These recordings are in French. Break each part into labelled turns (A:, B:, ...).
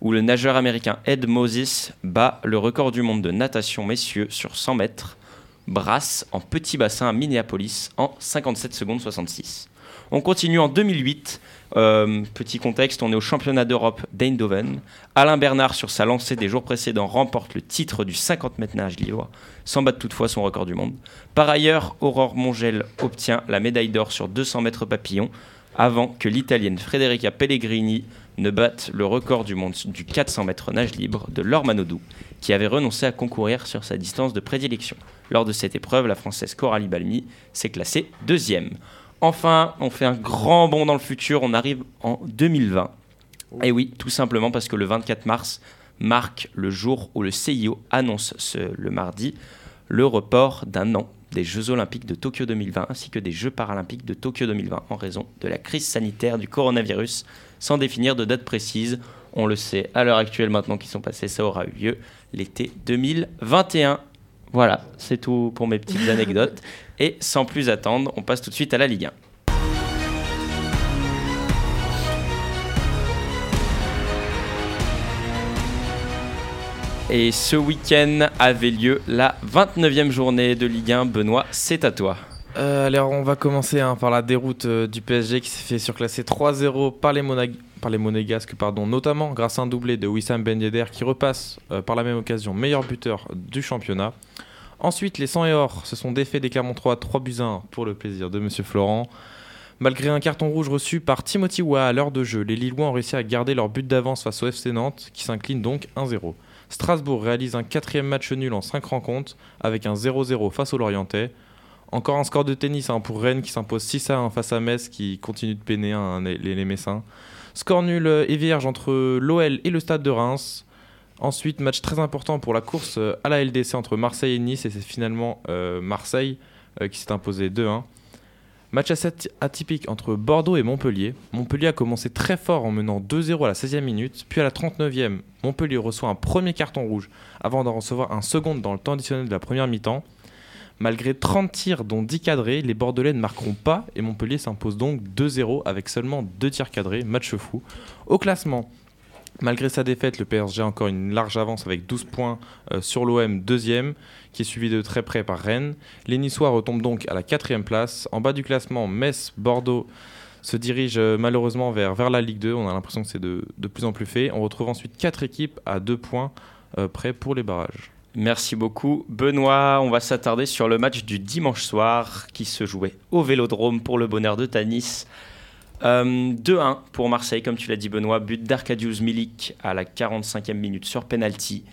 A: où le nageur américain Ed Moses bat le record du monde de natation messieurs sur 100 mètres, brasse en petit bassin à Minneapolis en 57 secondes 66. On continue en 2008. Euh, petit contexte, on est au championnat d'Europe d'Eindhoven. Alain Bernard, sur sa lancée des jours précédents, remporte le titre du 50 mètres nage lillois, sans battre toutefois son record du monde. Par ailleurs, Aurore Mongel obtient la médaille d'or sur 200 mètres papillon, avant que l'Italienne Federica Pellegrini ne batte le record du monde du 400 mètres nage libre de Laure Manodou, qui avait renoncé à concourir sur sa distance de prédilection. Lors de cette épreuve, la Française Coralie Balmi s'est classée deuxième. Enfin, on fait un grand bond dans le futur, on arrive en 2020. Et Eh oui, tout simplement parce que le 24 mars marque le jour où le CIO annonce ce, le mardi le report d'un an des Jeux olympiques de Tokyo 2020 ainsi que des Jeux paralympiques de Tokyo 2020 en raison de la crise sanitaire du coronavirus sans définir de date précise. On le sait à l'heure actuelle maintenant qu'ils sont passés, ça aura eu lieu l'été 2021. Voilà, c'est tout pour mes petites anecdotes. Et sans plus attendre, on passe tout de suite à la Ligue 1. Et ce week-end avait lieu la 29e journée de Ligue 1. Benoît, c'est à toi.
B: Euh, alors on va commencer hein, par la déroute euh, du PSG qui s'est fait surclasser 3-0 par les, Monag par les Monégasques, pardon, notamment grâce à un doublé de Wissam Ben Yedder qui repasse euh, par la même occasion meilleur buteur du championnat. Ensuite, les 100 et or se sont défaits des Clermontois 3 buts 1 pour le plaisir de Monsieur Florent. Malgré un carton rouge reçu par Timothy Wa à l'heure de jeu, les Lillois ont réussi à garder leur but d'avance face au FC Nantes qui s'incline donc 1-0. Strasbourg réalise un quatrième match nul en 5 rencontres avec un 0-0 face aux Lorientais. Encore un score de tennis hein, pour Rennes qui s'impose 6 à 1 face à Metz qui continue de peiner hein, les, les, Messins. Score nul euh, et vierge entre l'OL et le Stade de Reims. Ensuite, match très important pour la course euh, à la LDC entre Marseille et Nice et c'est finalement euh, Marseille euh, qui s'est imposé 2-1. Match assez atypique entre Bordeaux et Montpellier. Montpellier a commencé très fort en menant 2-0 à la 16e minute, puis à la 39e, Montpellier reçoit un premier carton rouge avant d'en recevoir un second dans le temps additionnel de la première mi-temps. Malgré 30 tirs dont 10 cadrés, les Bordelais ne marqueront pas et Montpellier s'impose donc 2-0 avec seulement 2 tirs cadrés, match fou. Au classement, malgré sa défaite, le PSG a encore une large avance avec 12 points euh, sur l'OM deuxième, qui est suivi de très près par Rennes. Les Niçois retombent donc à la quatrième place. En bas du classement, Metz, Bordeaux se dirigent euh, malheureusement vers, vers la Ligue 2. On a l'impression que c'est de, de, plus en plus fait. On retrouve ensuite 4 équipes à 2 points euh, près pour les barrages.
A: Merci beaucoup. Benoît, on va s'attarder sur le match du dimanche soir qui se jouait au Vélodrome pour le bonheur de Tanis. Euh, 2-1 pour Marseille, comme tu l'as dit Benoît, but d'Arcadius Milik à la 45e minute sur penalty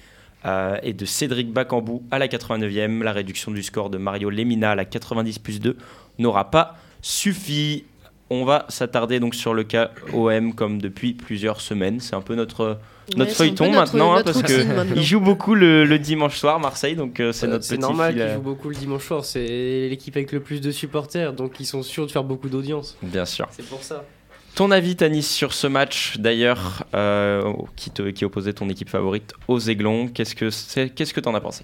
A: euh, et de Cédric Bacambou à la 89e. La réduction du score de Mario Lemina à la 90 plus 2 n'aura pas suffi. On va s'attarder donc sur le cas OM comme depuis plusieurs semaines. C'est un peu notre, notre
C: Ouais, c'est un peu
A: feuilleton
C: notre-
A: maintenant hein,
C: notre
A: parce que
C: routine maintenant.
A: il joue beaucoup le, le dimanche soir Marseille donc euh, c'est
D: Euh,
A: notre petit
D: normal
A: fil,
D: qu'ils
A: euh,
D: jouent beaucoup le dimanche soir. C'est l'équipe avec le plus de supporters, donc ils sont sûrs de faire beaucoup d'audience.
A: Bien sûr.
D: C'est pour ça.
A: Ton avis Tanis sur ce match d'ailleurs euh, qui te qui opposait ton équipe favorite aux Aiglons, qu'est-ce que c'est qu'est-ce que t'en as pensé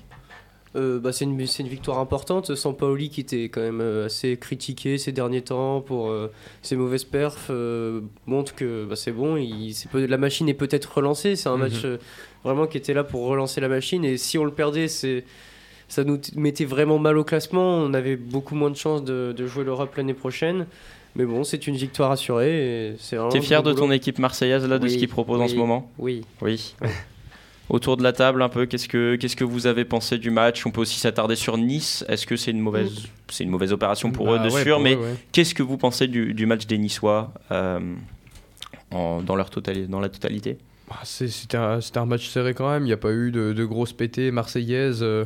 D: Euh, bah, c'est une, c'est une victoire importante. Sans Paoli qui était quand même euh, assez critiqué ces derniers temps pour euh, ses mauvaises perfs, euh, montre que bah, c'est bon. Il, c'est peu- la machine est peut-être relancée. C'est un
A: Mhm.
D: match euh, vraiment qui était là pour relancer la machine. Et si on le perdait, c'est, ça nous t- mettait vraiment mal au classement. On avait beaucoup moins de chances de, de jouer l'Europe l'année prochaine. Mais bon, c'est une victoire assurée. et C'est vraiment
A: T'es
D: du
A: fier
D: bon
A: de
D: Oh, boulot.
A: ton équipe marseillaise là de
D: Oui,
A: ce qu'ils proposent en
D: oui.
A: ce moment
D: Oui.
A: Oui. Autour de la table un peu, qu'est-ce que qu'est-ce que vous avez pensé du match On peut aussi s'attarder sur Nice. Est-ce que c'est une mauvaise c'est une mauvaise opération pour eux
B: Bah
A: de
B: ouais,
A: sûr,
B: pour
A: mais
B: eux, ouais.
A: qu'est-ce que vous pensez du, du match des Niçois euh, en- dans leur totali- dans la totalité
E: Bah, c'est- C'était un, c'était un match serré quand même, il n'y a pas eu de, de grosses pétées marseillaises. euh,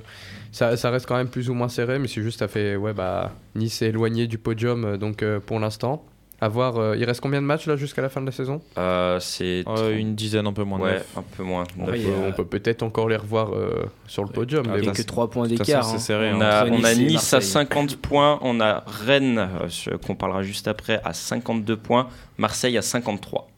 E: ça, ça reste quand même plus ou moins serré, mais c'est juste, ça fait. Ouais, bah, Nice est éloigné du podium, euh, donc euh, pour l'instant. À voir, euh, il reste combien de matchs là jusqu'à la fin de la saison
A: Euh, C'est
B: Euh, une dizaine, un peu moins de
A: ouais,
B: neuf.
A: un peu moins.
F: Ah
E: on,
A: Neuf.
E: peut, on peut peut-être encore les revoir euh, sur le podium.
B: Ah,
E: mais
B: oui.
E: bon.
B: Bah,
F: a que
B: c'est-
F: 3 points
B: De toute façon,
F: d'écart.
B: c'est
F: hein.
B: serré.
A: On
B: hein.
A: a,
F: Entre
A: on a
F: Nice et
A: Nice à
F: Marseille.
A: 50 points, on a Rennes, euh, ce- qu'on parlera juste après, à 52 points, Marseille à 53.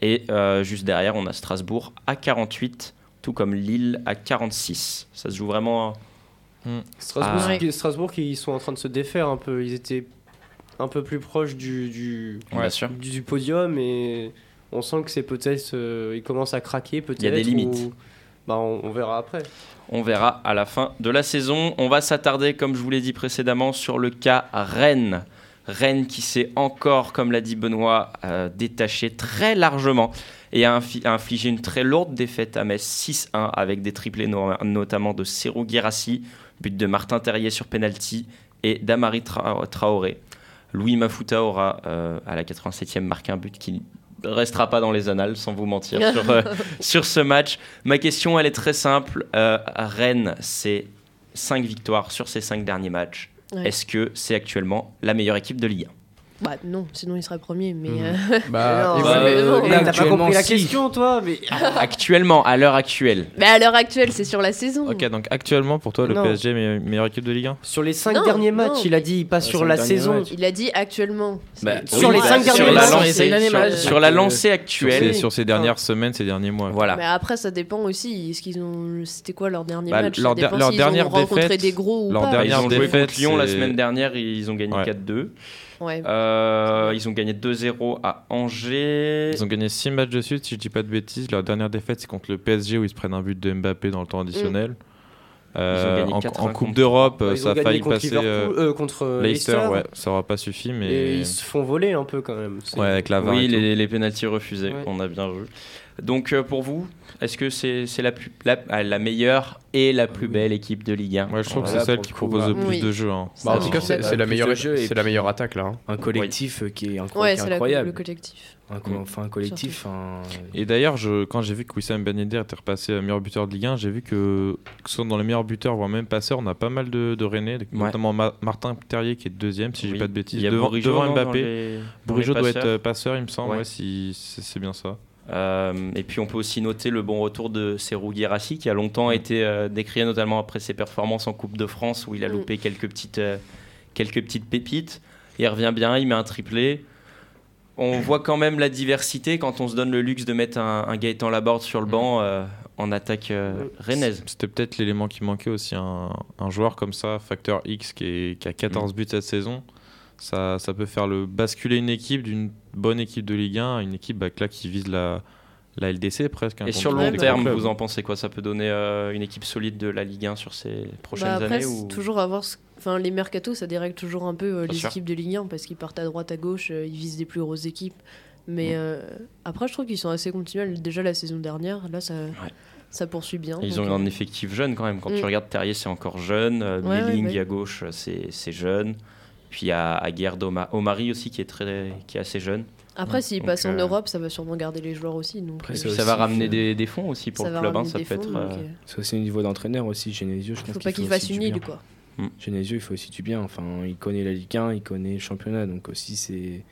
A: Et euh, juste derrière, on a Strasbourg à 48, tout comme Lille à 46. Ça se joue vraiment. hein.
D: Strasbourg,
C: Ah.
D: qui- Strasbourg qui ils sont en train de se défaire un peu. Ils étaient un peu plus proches du, du,
A: Bien sûr.
D: du podium et on sent que c'est peut-être. euh, il commence à craquer, peut-être.
A: Il y a des limites.
D: ou- bah, on, on verra après.
A: On verra à la fin de la saison. On va s'attarder, comme je vous l'ai dit précédemment, sur le cas Rennes. Rennes qui s'est encore, comme l'a dit Benoît, euh, détaché très largement et a, infi- a infligé une très lourde défaite à Metz 6-1 avec des triplés no- notamment de Serou Guirassi, but de Martin Terrier sur penalty et d'Amari Tra- Traoré. Louis Mafuta aura euh, à la 87e marqué un but qui ne restera pas dans les annales sans vous mentir sur, euh, sur ce match. Ma question, elle est très simple. Euh, Rennes, c'est 5 victoires sur ses 5 derniers matchs.
C: Ouais.
A: Est-ce que c'est actuellement la meilleure équipe de Ligue
C: Bah non, sinon il serait premier, mais...
E: Mhm.
C: euh,
E: Bah,
F: Ah,
C: Alors, ouais,
E: et voilà.
C: mais bon.
E: Là,
D: T'as pas
E: actuellement,
D: compris la
E: si.
D: question, toi mais...
A: 1 Actuellement, à l'heure actuelle.
C: Mais à l'heure actuelle, c'est sur la saison.
B: Ok, donc actuellement pour toi, le
D: Non.
B: PSG est me- meilleure équipe de Ligue 1
D: Sur les 5
C: Non,
D: derniers
C: non,
D: matchs, il a
C: mais-
D: dit, pas
F: les
D: sur
F: cinq
D: la
F: derniers
D: saison.
F: matchs.
C: Il a dit actuellement.
A: Bah,
C: C'est-
D: sur les
A: bah,
D: cinq
A: sur
D: derniers
A: la
D: matchs,
A: lancée-
F: c'est une année
A: sur-
F: match.
A: sur la lancée
B: sur
A: actuelle.
B: ces, sur ces dernières semaines, ces derniers mois.
A: Voilà.
C: Mais après, ça dépend aussi. Ce qu'ils ont, c'était quoi leur dernier
B: Bah,
C: match
B: leur
C: Ça
B: der-
C: dépend
B: leur
C: s'ils
B: dernière
C: ont rencontré
B: défaite,
C: des gros ou
B: leur
C: pas.
A: Ils
B: dernière
A: ont joué
B: défaite,
A: contre Lyon la
B: c'est-
A: semaine dernière, ils ont gagné
B: Ouais.
A: 4-2.
C: Ouais.
A: Euh, ils ont gagné 2-0 à Angers.
B: Ils ont gagné 6 matchs de suite, si je dis pas de bêtises. Leur dernière défaite, c'est contre le PSG où ils se prennent un but de Mbappé dans le temps additionnel. Euh,
A: Ils ont gagné
B: en- en,
A: 80
B: Coupe d'Europe,
D: Ils ont
B: ça a
D: gagné
B: failli
D: contre
B: passer
D: Liverpool,
B: euh,
D: euh, contre euh,
B: Leicester,
D: Leicester.
B: ouais, ça aura pas suffi,
D: Et
B: mais
D: ils se font voler un peu quand même. C'est-
B: ouais, avec la VAR
A: Oui,
B: et tout.
A: les, les pénaltys refusés,
D: Ouais.
A: on a bien vu. Donc euh, pour vous, est-ce que c'est c'est la, plus- la, ah, la meilleure et la plus
F: oui.
A: belle équipe de Ligue 1
B: Ouais, je trouve
F: Voilà,
B: que c'est celle
F: pour le
B: qui
F: coup,
B: propose le
C: ouais.
B: plus
C: Oui.
B: de jeux. hein.
C: Ça,
E: Bah, en
C: oui.
E: tout cas, c'est
F: Plus
E: c'est la
F: de
E: meilleure
F: jeux
E: équipe-
F: et
E: c'est la meilleure attaque là. hein.
F: Un collectif euh, qui est incro-
C: Ouais,
F: qui
C: c'est
F: est
C: la- le Mm.
F: incroyable.
C: collectif.
F: Un co- Enfin, un collectif. un-
B: Et d'ailleurs, je- quand j'ai vu que Wissam Ben Yedder était repassé meilleur buteur de Ligue 1, j'ai vu que, que ce soit dans les meilleurs buteurs, voire même passeurs, on a pas mal de, de Rennais, notamment Ma- Martin Terrier qui est deuxième, si j'ai
A: Oui.
B: pas de bêtises,
A: Il y a
B: devant,
A: Bourigeaud,
B: devant
A: non, dans
B: Mbappé.
A: les- dans les
B: Bourigeau doit être
A: passeurs.
B: euh, passeur, il me semble,
A: Ouais.
B: ouais, si c'est c'est bien ça.
A: Euh, et puis on peut aussi noter le bon retour de Serou Guirassi qui a longtemps
C: Mm.
A: été euh, décrié notamment après ses performances en Coupe de France où il a
C: Mm.
A: loupé quelques petites euh, quelques petites pépites. Il revient bien, il met un triplé. On
C: Mm.
A: voit quand même la diversité quand on se donne le luxe de mettre un, un Gaëtan Laborde
C: Mm.
A: sur le banc euh, en attaque euh, rennaise.
B: C'était peut-être l'élément qui manquait aussi. Un, un joueur comme ça, facteur X, qui, est- qui a
A: Mm.
B: 14 buts cette saison, ça, ça peut faire le basculer une équipe d'une bonne équipe de Ligue 1 à une équipe bah, que là, qui vise la, la LDC presque. hein,
A: Et
B: contre
A: sur le
B: des
A: long
C: des
B: gros
A: terme,
B: clubs.
A: vous en pensez quoi Ça peut donner euh, une équipe solide de la Ligue 1 sur ces prochaines
C: Bah, après,
A: années
C: c'est
A: ou...
C: toujours avoir. ce- Enfin, les mercatos, ça dérègle toujours un peu euh,
A: Bien
C: les
A: sûr.
C: équipes de Ligue 1 parce qu'ils partent à droite, à gauche, euh, ils visent des plus grosses équipes. Mais
A: Mm.
C: euh, après, je trouve qu'ils sont assez continuels. Déjà la saison dernière, là, ça, ça poursuit bien.
A: Ils
C: Hein, donc, euh,
A: ont un effectif jeune quand même. Quand tu
C: Mm.
A: regardes Terrier, c'est encore jeune. Euh,
C: Ouais,
A: Milling
C: ouais, ouais.
A: à gauche, euh, c'est c'est jeune. Puis à, à Guerre Omari aussi qui est, très, qui est assez jeune.
C: Après, s'ils
A: Donc,
C: passent en
A: euh,
C: Europe, ça va sûrement garder les joueurs aussi. Donc,
F: Après,
C: euh,
A: Et
F: ça
A: puis
F: aussi,
A: ça va ramener
F: euh,
A: des, des fonds aussi pour le club. hein,
C: ramener
A: ça
C: des
A: peut être.
C: fonds,
A: euh,
C: donc, euh,
F: C'est aussi au niveau d'entraîneur aussi. Genesio, je pense
C: faut pas
F: qu'il
C: qu'ils
F: fait aussi
C: fassent
F: du
C: une
F: bien.
C: île, quoi.
F: Genesio, il fait aussi du bien. Enfin, il connaît la Ligue 1, il connaît le championnat. Donc aussi, c'est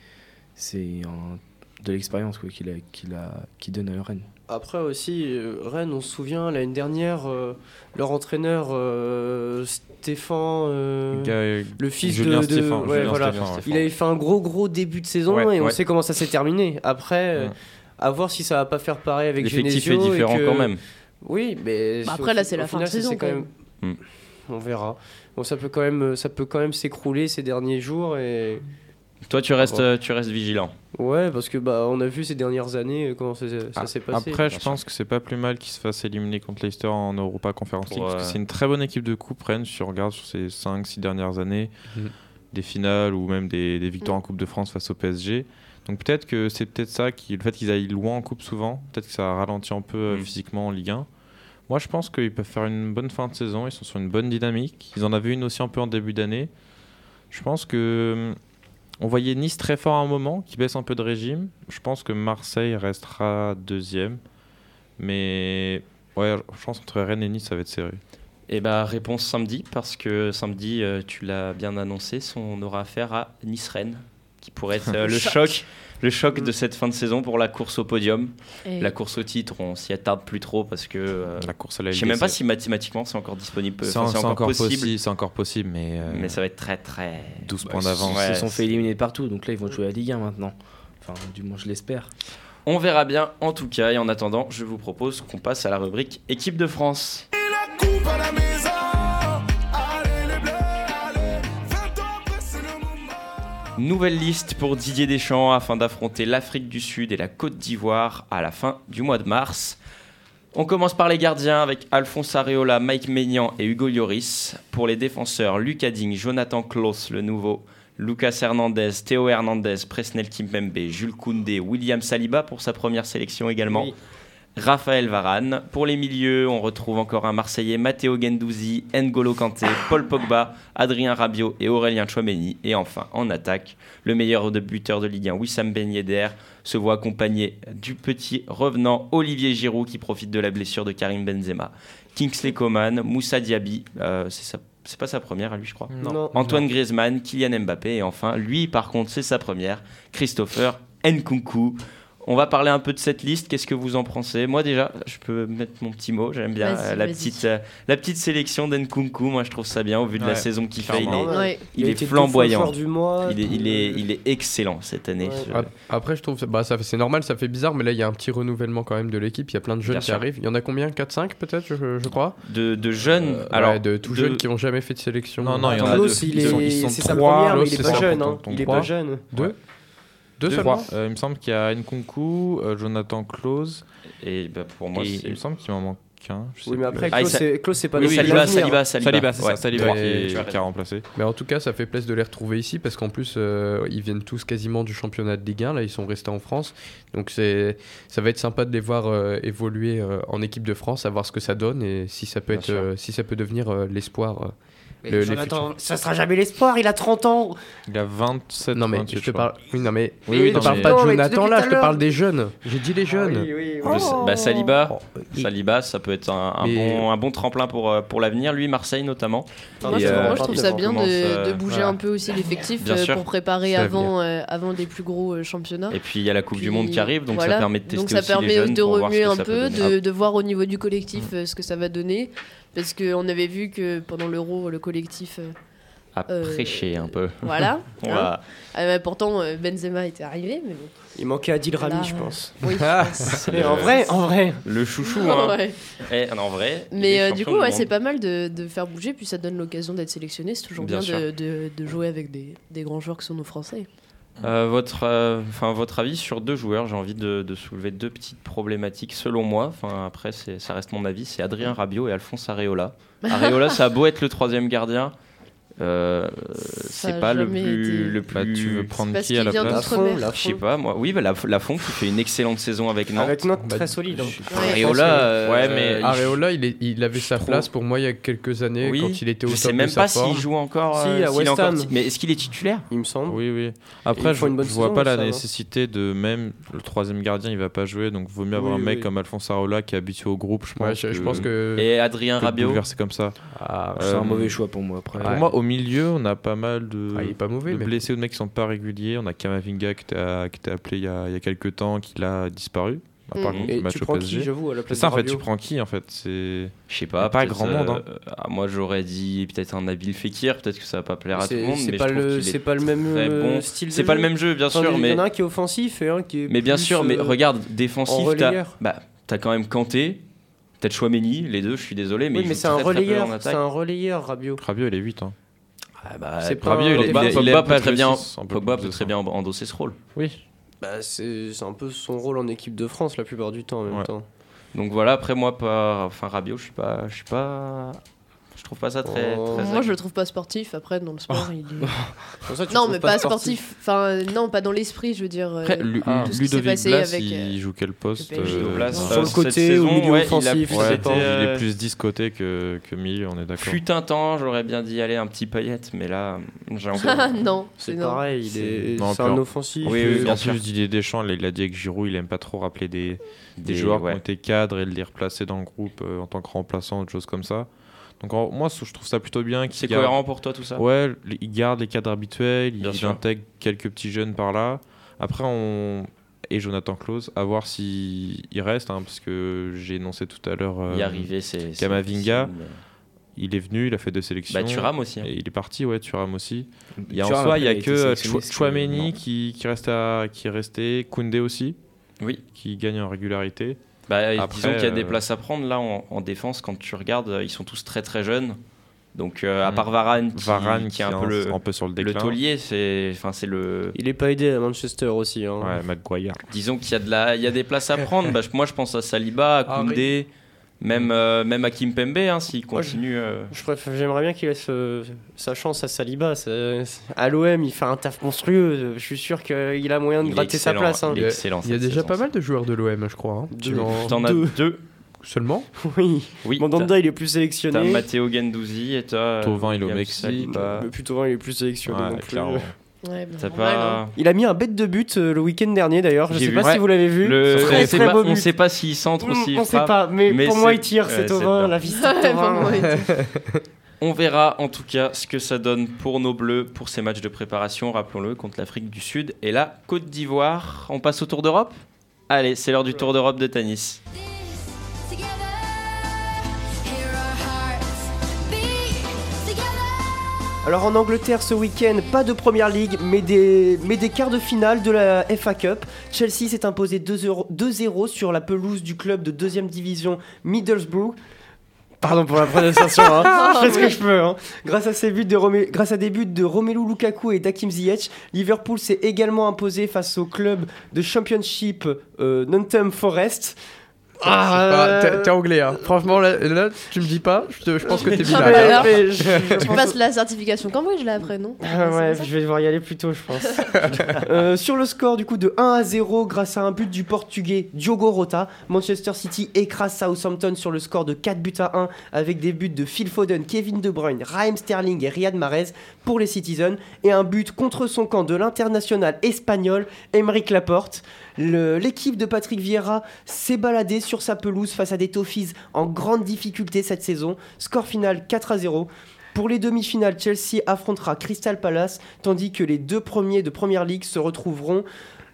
F: c'est un- de l'expérience quoi, qu'il a, qu'il a, qu'il donne à Rennes.
D: Après aussi, euh, Rennes, on se souvient, l'année dernière, euh, leur entraîneur euh, Stéphane, euh,
B: Ga-
D: le fils
B: Julien
D: de, de-
B: Stéphane,
D: ouais,
B: Julien
D: voilà.
B: Stéphane, ouais.
D: il avait fait un gros gros début de saison
A: Ouais,
D: et on
A: ouais.
D: sait comment ça s'est terminé. Après, euh,
B: Ouais.
D: à voir si ça va pas faire pareil avec
A: L'effectif est
D: Genesio et
A: différent
D: que-
A: quand même.
D: Oui, mais
C: Bah
D: au
C: après, là,
D: fi-
C: c'est la
D: au
C: fin de
D: final, ça
C: saison,
D: s'est
C: quand même.
B: Hmm.
A: Mm.
D: On verra. Bon, ça peut quand même, euh, ça peut quand même s'écrouler ces derniers jours et
A: Toi, tu restes,
D: Ouais.
A: euh, tu restes vigilant.
D: ouais, parce que bah on a vu ces dernières années euh, comment ça, ça
B: Ah,
D: s'est passé.
B: Après, je
A: sûr.
B: pense que c'est pas plus mal qu'ils se fassent éliminer contre Leicester en Europa Conference League.
A: Pour,
B: parce que
A: euh,
B: c'est une très bonne équipe de coupe, Rennes, si on regarde sur ces 5-6 dernières années,
E: Mhm.
B: des finales ou même des, des victoires en Coupe de France face au PSG. Donc peut-être que c'est peut-être ça, qui, le fait qu'ils aillent loin en coupe souvent, peut-être que ça ralentit un peu euh,
A: Mhm.
B: physiquement en Ligue 1. Moi, je pense qu'ils peuvent faire une bonne fin de saison, ils sont sur une bonne dynamique. Ils en avaient une aussi un peu en début d'année. Je pense que hum, on voyait Nice très fort à un moment, qui baisse un peu de régime. Je pense que Marseille restera deuxième. Mais ouais, je pense entre Rennes et Nice, ça va être serré.
A: Et bah, réponse samedi, parce que samedi, euh, tu l'as bien annoncé, son- on aura affaire à Nice-Rennes, qui pourrait être euh, le choc. Le choc de cette fin de saison pour la course au podium.
C: Mm. Et-
A: La course au titre, on s'y attarde plus trop parce que euh,
B: La course à la
A: Je sais
B: LDC.
A: même pas si mathématiquement c'est encore disponible,
B: c'est
A: enfin,
B: c'est encore, possible. C'est encore possible, mais, euh,
A: mais ça va être très très.
B: 12
F: Bah,
B: points
F: ils se-
B: d'avance.
A: ouais.
F: Ils se sont fait éliminer partout. Donc là, ils vont jouer à la Ligue 1 maintenant. Enfin, du moins, je l'espère.
A: On verra bien en tout cas, et en attendant, je vous propose qu'on passe à la rubrique équipe de France. Nouvelle liste pour Didier Deschamps afin d'affronter l'Afrique du Sud et la Côte d'Ivoire à la fin du mois de mars. On commence par les gardiens avec Alphonse Areola, Mike Maignan et Hugo Lloris. Pour les défenseurs, Lucas Digne, Jonathan Klaus, le nouveau, Lucas Hernandez, Théo Hernandez, Presnel Kimpembe, Jules Koundé, William Saliba pour sa première sélection également.
D: Oui.
A: Raphaël Varane. Pour les milieux, on retrouve encore un Marseillais, Matteo Gendouzi, N'Golo Kanté, Paul Pogba, Adrien Rabiot et Aurélien Chouameni. Et enfin, en attaque, le meilleur de- buteur de Ligue 1, Wissam Ben Yedder, se voit accompagné du petit revenant Olivier Giroud qui profite de la blessure de Karim Benzema. Kingsley Coman, Moussa Diaby, euh, c'est sa- c'est pas sa première à lui je crois.
B: Non.
A: Antoine Griezmann, Kylian Mbappé et enfin, lui par contre, c'est sa première, Christopher Nkunku. On va parler un peu de cette liste, qu'est-ce que vous en pensez Moi déjà, je peux mettre mon petit mot, j'aime bien
C: Vas-y,
A: euh, la,
C: vas-y.
A: petite, euh, la petite sélection d'Nkunku, moi je trouve ça bien au vu de la
B: Ouais,
A: saison qu'il fait, il
B: clairement.
A: est,
D: Ouais.
C: Ouais.
A: il
D: a
A: est
D: été deux fois
A: flamboyant,
D: joueur du mois.
A: il est, il, est,
D: Euh,
A: il est excellent cette année.
D: Ouais.
A: ce-
E: Ap- Après, je trouve que- bah, ça fait- c'est normal, ça fait bizarre, mais là, il y a un petit renouvellement quand même de l'équipe. Il y a plein de jeunes
A: Bien
E: qui
A: sûr.
E: arrivent. Il y en a combien 4-5 peut-être, je, je crois
A: De, de jeunes,
E: Euh,
A: alors
E: ouais, de tout
A: de-
E: jeunes qui n'ont jamais fait de sélection.
B: Non, non, il y en a
A: Attends,
B: deux.
D: Klaus, il
B: Ils sont-
D: est,
B: ils sont
D: c'est sa
B: trois,
D: première, mais
B: Klaus,
D: il
B: c'est
D: est pas
B: ça,
D: jeune.
B: quand
D: hein.
B: on- on
D: Il est
B: croit.
D: pas jeune.
E: Deux Deux
B: Deux,
E: seulement
B: Euh, il me semble qu'il y a Nkunku, euh, Jonathan Klose,
A: Et bah, pour moi,
B: et
A: c'est-
B: il me semble qu'il m'en manque un. je sais
D: Oui,
B: plus.
D: mais après,
A: Ah, il
D: Klaus,
A: s'a-
D: c'est- Klaus, c'est pas
A: Oui,
D: notre
A: Saliba,
D: avenir.
A: Saliba, Saliba,
B: Saliba, c'est
A: Ouais,
B: ça, Saliba
A: trois.
B: qui,
A: Tu as
B: est- qui a
A: raison.
B: remplacé.
E: Mais en tout cas, ça fait plaisir de les retrouver ici parce qu'en plus, euh, ils viennent tous quasiment du championnat de Ligue 1. Là, ils sont restés en France. Donc, c'est, ça va être sympa de les voir euh, évoluer euh, en équipe de France, à voir ce que ça donne et si ça peut,
A: Bien
E: être,
A: sûr.
E: euh, si ça peut devenir euh, l'espoir. euh.
D: Mais
E: Le- les
D: Jonathan, ça sera jamais l'espoir, il a 30 ans.
B: Il a 27
E: Non, mais
B: 28,
E: je te
B: je crois.
E: parle. Oui, non, mais.
D: Oui,
E: je
D: oui,
E: te
D: non,
E: parle
D: mais-
E: pas de
D: Non, mais
E: Jonathan
D: depuis
E: là,
D: tout à
E: je te
D: l'heure.
E: parle des jeunes. J'ai dit les jeunes.
D: Oui, oui,
A: De-
D: oui.
C: Oh.
A: bah, Saliba,
B: Oh,
E: Et-
A: Saliba, ça peut être un, un
E: Mais-
A: bon, un bon tremplin pour, euh, pour l'avenir. Lui, Marseille notamment.
C: Moi,
A: Et,
C: je trouve,
A: euh,
C: moi, je trouve ça bien
A: commence,
C: de,
A: euh,
C: de bouger
B: voilà.
C: un peu aussi l'effectif
A: Bien
C: euh,
A: sûr.
C: pour préparer
E: C'est
C: avant, euh, avant des plus gros euh, championnats.
A: Et puis il y a la Coupe du
C: Puis,
A: Monde qui arrive, donc
C: voilà.
A: ça permet de tester
C: Donc ça
A: aussi
C: permet
A: les jeunes
C: de
A: pour voir ce
C: remuer
A: que
C: un
A: ça
C: peu,
A: peut
C: de,
A: donner.
C: de voir au niveau du collectif euh, ce que ça va donner. Parce qu'on avait vu que pendant l'euro, le collectif. euh,
A: À
C: euh,
A: prêcher un peu.
C: voilà.
A: On
C: hein.
A: va-
C: Ah, bah, pourtant, euh, Benzema était arrivé, mais bon.
D: Il manquait Adil
C: Là,
D: Rami, je pense.
C: Oui,
A: Ah,
C: je pense.
A: c'est
D: Mais
A: le-
D: en vrai, en vrai.
A: Le chouchou, hein.
C: Ouais.
A: Eh, non, en vrai. il
C: Mais
A: est
C: euh,
A: champion
C: du coup, ouais,
A: monde.
C: c'est pas mal de, de faire bouger, puis ça donne l'occasion d'être sélectionné. C'est toujours
A: Bien
C: bien, de, de- de jouer avec des, des grands joueurs qui sont nos Français.
A: Euh, votre, euh, enfin, votre avis sur deux joueurs, j'ai envie de, de soulever deux petites problématiques selon moi. Enfin, après, c'est- ça reste mon avis. C'est Adrien Rabiot et Alphonse Areola. Areola, ça a beau être le troisième gardien, euh,
C: Ça
A: c'est
C: a
A: pas le
C: jamais
A: plus,
C: été.
A: le
B: Bah,
A: plus-
B: tu veux prendre
C: Parce
B: qui à
C: qu'il
B: la
C: vient
B: place
D: d'outre-
C: d'outre-mer.
D: Lafont,
A: Je sais pas, moi. Oui, bah, la, Lafont qui fait une excellente saison avec Nantes.
D: Avec notre
E: Bah,
D: très solide. hein.
A: Areola, euh,
B: Ouais, mais
A: il-
E: Areola, il, est- il avait
A: je
E: sa
A: trouve-
E: place pour moi il y a quelques années
A: Oui,
E: quand il était au
A: je
E: top
A: sais
E: de
A: même
E: sa
A: pas
E: forme.
A: s'il joue encore.
D: Si,
A: euh,
D: à
A: s'il est
D: West
A: encore
D: Ham.
A: ti- Mais est-ce qu'il est titulaire
D: Il me semble.
B: Oui, oui. Après,
D: ils
B: je
D: font une bonne
B: je vois
D: saison,
B: pas la
D: ça, hein.
B: nécessité de même le troisième gardien, il va pas jouer, donc vaut mieux avoir
E: Oui,
B: un mec
E: oui.
B: comme Alphonse Arola qui est habitué au groupe, je pense.
E: Ouais, je, je pense Euh, que.
A: Et Adrien
B: que de
A: Rabiot.
B: bouleverser comme ça.
E: Ah,
F: C'est
B: Euh,
F: un mauvais choix pour moi après.
B: Pour moi, au milieu, on a pas mal de,
E: ah, il est pas mauvais,
B: de
E: mais.
B: blessés ou de mecs qui sont pas réguliers. On a Kamavinga qui t'a qui t'a appelé il y, a, il y a quelques temps, qui l'a disparu. Ah, par
C: Mm.
B: contre,
D: Et
B: match
D: tu
B: au
D: prends qui,
B: PSG.
D: j'avoue, à la
B: C'est
D: place
B: ça, en
D: de
B: fait, tu
D: Rabiot
B: prends qui en fait C'est
A: Je sais pas.
B: Pas
A: peut-être,
B: grand monde, hein.
A: euh, ah, moi, j'aurais dit peut-être un Nabil Fekir. Peut-être que ça va pas plaire à tout le
D: C'est
A: monde.
D: c'est
A: mais
D: pas
A: je trouve
D: le,
A: qu'il est
D: c'est pas le même
A: très
D: euh,
A: bon.
D: style. de
A: C'est pas
D: jeu.
A: le même jeu, bien
D: Enfin,
A: sûr,
D: Il
A: mais
D: y en a un qui est offensif et un qui est.
A: mais bien
D: plus,
A: sûr, mais
D: euh,
A: regarde
D: en
A: défensif, t'as
D: relayeur.
A: bah t'as quand même Kanté, t'as Chouameni, les deux. Je suis désolé, mais
D: Oui,
A: ils
D: mais
A: jouent
D: c'est un
A: très, très peu
D: relayeur.
A: en attaque.
D: C'est un relayeur, Rabiot.
B: Rabiot, il est 8. Hein.
A: Ah, bah,
D: c'est pas
A: Rabiot,
D: un-
A: il est-
D: Pogba-
A: il est- Pogba peut très bien.
B: six, un peu
A: Pogba
B: plus hein.
A: peut
B: de
A: très
B: ça.
A: bien endosser ce rôle.
D: Bah, c'est c'est un peu son rôle en équipe de France la plupart du temps en même
B: Ouais.
D: temps.
A: Donc voilà, après moi, pas... enfin Rabiot, je suis pas, je suis pas, je trouve pas ça Ah. très.
D: Oh.
A: très
C: Moi, je le trouve pas sportif. Après, dans le sport, il est.
D: Pour ça, tu
C: Non,
D: trouves
C: mais pas, sportif. Enfin, euh, non, pas dans l'esprit, je veux dire. euh,
B: Après, Lu-
D: Ah.
C: tout ce qui s'est
B: Ludovic
C: passé
B: Blas,
C: avec, euh,
B: il joue quel poste
C: le PSG.
B: euh,
A: Blas,
B: ouais.
D: Sur le
A: cette
D: côté ou
A: saison,
D: milieu
A: ouais, il a
D: offensif,
A: plus
D: je sais
B: Ouais,
A: été,
D: pas.
B: il
A: euh,
B: est plus 10 côté que, que milieu, on est d'accord.
A: Fut un temps, j'aurais bien dit aller un petit paillette, mais là, euh, j'ai encore.
C: Ah, non, c'est
D: C'est
C: non.
D: pareil, il est
B: Non,
D: c'est
B: plus
D: un
B: en-
D: offensif. euh,
A: Oui,
B: Plus-
A: oui, bien
B: en
A: sûr.
B: plus, Didier Deschamps, il a dit avec Giroud, il aime pas trop rappeler des, des, joueurs qui ont
A: ouais.
B: été cadres et de les replacer dans le groupe euh, en tant que remplaçant, autre chose comme ça. Donc en- moi, je trouve ça plutôt bien. qu'il
A: C'est
B: garde-
A: cohérent pour toi tout ça
B: Ouais, l- il garde les cadres habituels,
A: Bien
B: il
A: sûr.
B: intègre quelques petits jeunes par là. Après, on. Et Jonathan Klaus, à voir s'il il reste, hein, parce que j'ai énoncé tout à l'heure. euh,
A: Y arriver, c'est. c'est
B: Kamavinga.
A: difficile,
B: Il est venu, il a fait deux sélections.
A: mais- Bah, tu rames aussi. hein.
B: Et il est parti, ouais, Thuram aussi. Il y a en
F: Tu vois,
B: soi,
F: après,
B: il y a
F: été
B: que euh,
F: sélectionné,
B: Chou-
F: c'était-
B: Chouameni
F: non.
B: qui, qui, reste à, qui est resté, Koundé aussi,
A: Oui.
B: qui gagne en régularité.
A: Bah,
B: Après,
A: disons qu'il y a des
B: euh,
A: places à prendre là en, en défense. Quand tu regardes, euh, ils sont tous très très jeunes. Donc euh, à part Varane, qui,
B: Mm. Varane
A: qui est un peu le,
B: un peu sur le
A: le
B: déclin.
A: taulier, c'est enfin c'est le
D: Il est pas aidé à Manchester aussi. Hein.
B: Ouais, Maguire.
A: disons qu'il y a de la il y a des places à prendre. Bah, je- moi je pense à Saliba, à
E: Ah,
A: Koundé, même euh, même à Kimpembe hein, s'il
D: Moi, je-
A: continue. euh,
D: Je préfère- J'aimerais bien qu'il laisse euh, sa chance à Saliba. c'est- c'est- À l'OM, il fait un taf monstrueux. euh, Je suis sûr qu'il a moyen de
A: il est
D: gratter sa
A: excellent,
D: place. hein.
A: Il est excellent.
E: Il y a
A: cette
E: déjà
A: saison,
E: pas
A: ça.
E: mal de joueurs de l'OM, je crois. hein.
D: Deux.
E: Dans-
A: T'en as
D: Deux.
A: deux.
E: Seulement
D: Oui.
A: Oui.
D: Mandanda, il est plus
A: T'as t'as
D: sélectionné.
A: Matteo Gendouzi et t'as.
B: Thauvin, il est au
A: Euh, William
B: Mexique.
A: Saliba.
D: Mais plutôt, hein, il est plus sélectionné
B: Ouais,
D: non plus.
B: clairement.
C: Ouais, bah,
A: T'as
C: normal, hein.
A: pas.
D: Il a mis un bête de but euh, le week-end dernier d'ailleurs. Je
A: J'ai
D: sais
A: vu.
D: pas
A: Ouais.
D: si vous l'avez vu.
A: Le-
D: Très,
A: on sait
D: très
A: pas-
D: beau
A: on
D: but.
A: sait pas s'il centre ou
D: Mm,
A: s'il
D: on sait
A: frappe.
D: pas, mais,
A: mais
D: pour moi
A: c'est-
D: il tire,
A: ouais,
D: c'est
A: c'est
D: Thauvin,
A: bien.
D: la visite
C: Ouais, pour moi, il
A: On verra en tout cas ce que ça donne pour nos bleus pour ces matchs de préparation, rappelons-le, contre l'Afrique du Sud et la Côte d'Ivoire. On passe au Tour d'Europe Allez, c'est l'heure du Tour d'Europe de tennis.
G: Together, hear our hearts beat together.
D: Alors en Angleterre ce week-end, pas de première ligue, mais des, mais des quarts de finale de la FA Cup. Chelsea s'est imposé 2-0 2-0 sur la pelouse du club de deuxième division Middlesbrough. Pardon pour la prononciation, hein. je fais ce que je peux. hein. Grâce, à ces buts de Romé- Grâce à des buts de Romelu Lukaku et d'Akim Ziyech, Liverpool s'est également imposé face au club de Championship euh, Nottingham Forest.
E: Ah,
D: euh,
E: t'es- T'es anglais, hein. Franchement, là, là, tu me dis pas, je, te- je pense que t'es
C: Ah,
E: bilingue.
C: mais
E: hein.
C: alors,
D: Mais Euh, je- je
C: Tu
D: pense-
C: passes la certification Cambridge là après, non
D: Ah ouais, je vais devoir y aller plus tôt, je pense. Euh, sur le score du coup de 1 à 0 grâce à un but du portugais Diogo Rota, Manchester City écrase Southampton sur le score de 4 buts à 1 avec des buts de Phil Foden, Kevin De Bruyne, Raheem Sterling et Riyad Mahrez pour les Citizens et un but contre son camp de l'international espagnol Emeric Laporte. Le- L'équipe de Patrick Vieira s'est baladée sur sa pelouse face à des Toffees en grande difficulté cette saison. Score final 4 à 0. Pour les demi-finales, Chelsea affrontera Crystal Palace, tandis que les deux premiers de Première League se retrouveront.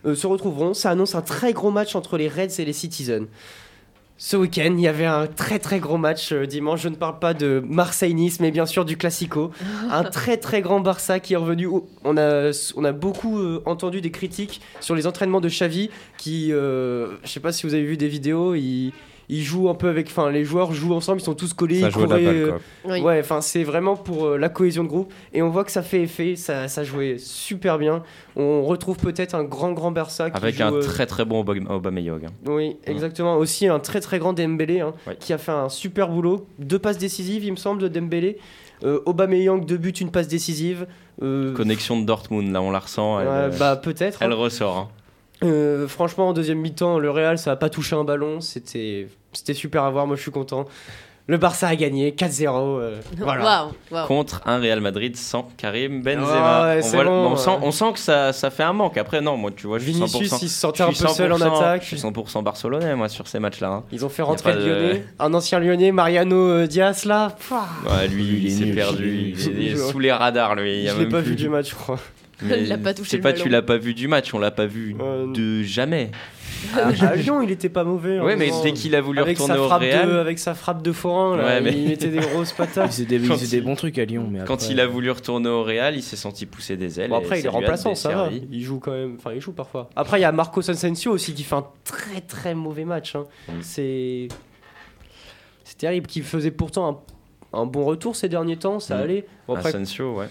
D: euh, se retrouveront. Ça annonce un très gros match entre les Reds et les Citizens. Ce week-end, il y avait un très très gros match euh, dimanche. Je ne parle pas de Marseille-Nice, mais bien sûr du Classico. Un très très grand Barça qui est revenu. au- On a, on a beaucoup euh, entendu des critiques sur les entraînements de Xavi, qui, euh, je ne sais pas si vous avez vu des vidéos, il, il joue un peu avec. Enfin, les joueurs jouent ensemble, ils sont tous collés.
B: Ça
D: ils
B: joue à la
D: couraient, euh,
B: balle, quoi.
C: Oui.
D: Ouais, enfin c'est vraiment pour euh, la cohésion de groupe et on voit que ça fait effet, ça, ça jouait super bien. On retrouve peut-être un grand grand Barça qui
A: Avec
D: joue,
A: un
D: euh,
A: très très bon Aubame- Aubameyang. hein.
D: oui exactement aussi un très très grand Dembélé hein,
A: Ouais.
D: qui a fait un super boulot, deux passes décisives il me semble de Dembélé, euh, Aubameyang deux buts une passe décisive. euh,
A: Connexion de Dortmund, là on la ressent.
D: ouais,
A: Elle, euh,
D: bah peut-être.
A: elle
D: hein.
A: ressort. hein.
D: Euh, franchement en deuxième mi-temps le Real ça a pas touché un ballon, c'était c'était super à voir, moi je suis content. Le Barça a gagné 4-0. euh, voilà.
C: Waouh, waouh.
A: Contre un Real Madrid sans Karim Benzema.
D: Ah ouais,
A: on,
D: c'est
A: voit-
D: bon,
A: on sent,
D: ouais.
A: on sent que ça, ça fait un manque. Après, non, moi tu vois, je suis 100%.
D: Vinicius, il se
A: je
D: sentait un peu
A: suis
D: seul en
A: 100%
D: attaque.
A: Je suis 100% barcelonais, moi, sur ces matchs-là. hein.
D: Ils ont fait
A: Y
D: rentrer
A: a pas
D: le
A: de-
D: Lyonnais, un ancien Lyonnais, Mariano euh, Diaz là. Pouah.
A: Ouais, lui,
F: Lui, il
A: il
F: est
A: s'est
F: nul.
A: perdu. Il est, il est
D: Je-
A: sous les radars, lui. Il y a
D: je l'ai
A: même
D: pas
A: plus-
D: vu du match, je crois.
A: Mais
C: Il a pas touché
A: je sais
C: le
A: pas,
C: ballon.
A: tu l'as pas vu du match, on l'a pas vu
D: Euh,
A: de jamais.
D: À, à Ah, Lyon, il était pas mauvais.
A: Ouais, mais
D: honnêtement.
A: dès qu'il a voulu
D: avec sa
A: retourner au
D: frappe de,
A: Real,
D: avec sa frappe de forain, là,
A: Ouais, mais-
D: il mettait des grosses
F: Il
D: patates.
F: faisait des, il
A: Quand
F: faisait des
A: il-
F: bons trucs à Lyon, mais
A: quand
F: après-
A: il a voulu retourner au Real, il s'est senti pousser des ailes.
D: Bon,
A: et
D: après, il est
A: ça lui a
D: remplaçant, ça va.
A: desservi.
D: Il joue quand même, enfin, il joue parfois. Après, il y a Marco Sansencio aussi qui fait un très très mauvais match. hein.
A: Mm.
D: C'est c'est terrible. Qui faisait pourtant un, un bon retour ces derniers temps, ça
A: Mm.
D: allait. Bon, après,
A: Asensio, ouais.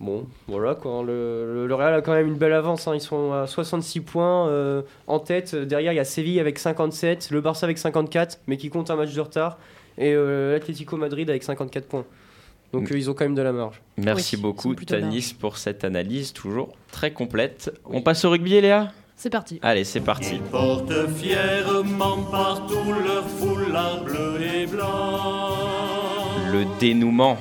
D: Bon, voilà quoi. hein, Le, le- le Real a quand même une belle avance. hein. Ils sont à 66 points euh, en tête. Euh, Derrière, il y a Séville avec 57, le Barça avec 54, mais qui compte un match de retard, et euh, l'Atlético Madrid avec 54 points. Donc
A: Mm.
D: euh, ils ont quand même de la marge.
A: Merci
C: ils
A: beaucoup,
C: sont plutôt
A: Tanis, pour cette analyse toujours très complète. On passe au rugby, Léa
C: C'est parti.
A: Allez, c'est parti.
H: portent fièrement partout leur foulard bleu et blanc.
A: Le dénouement.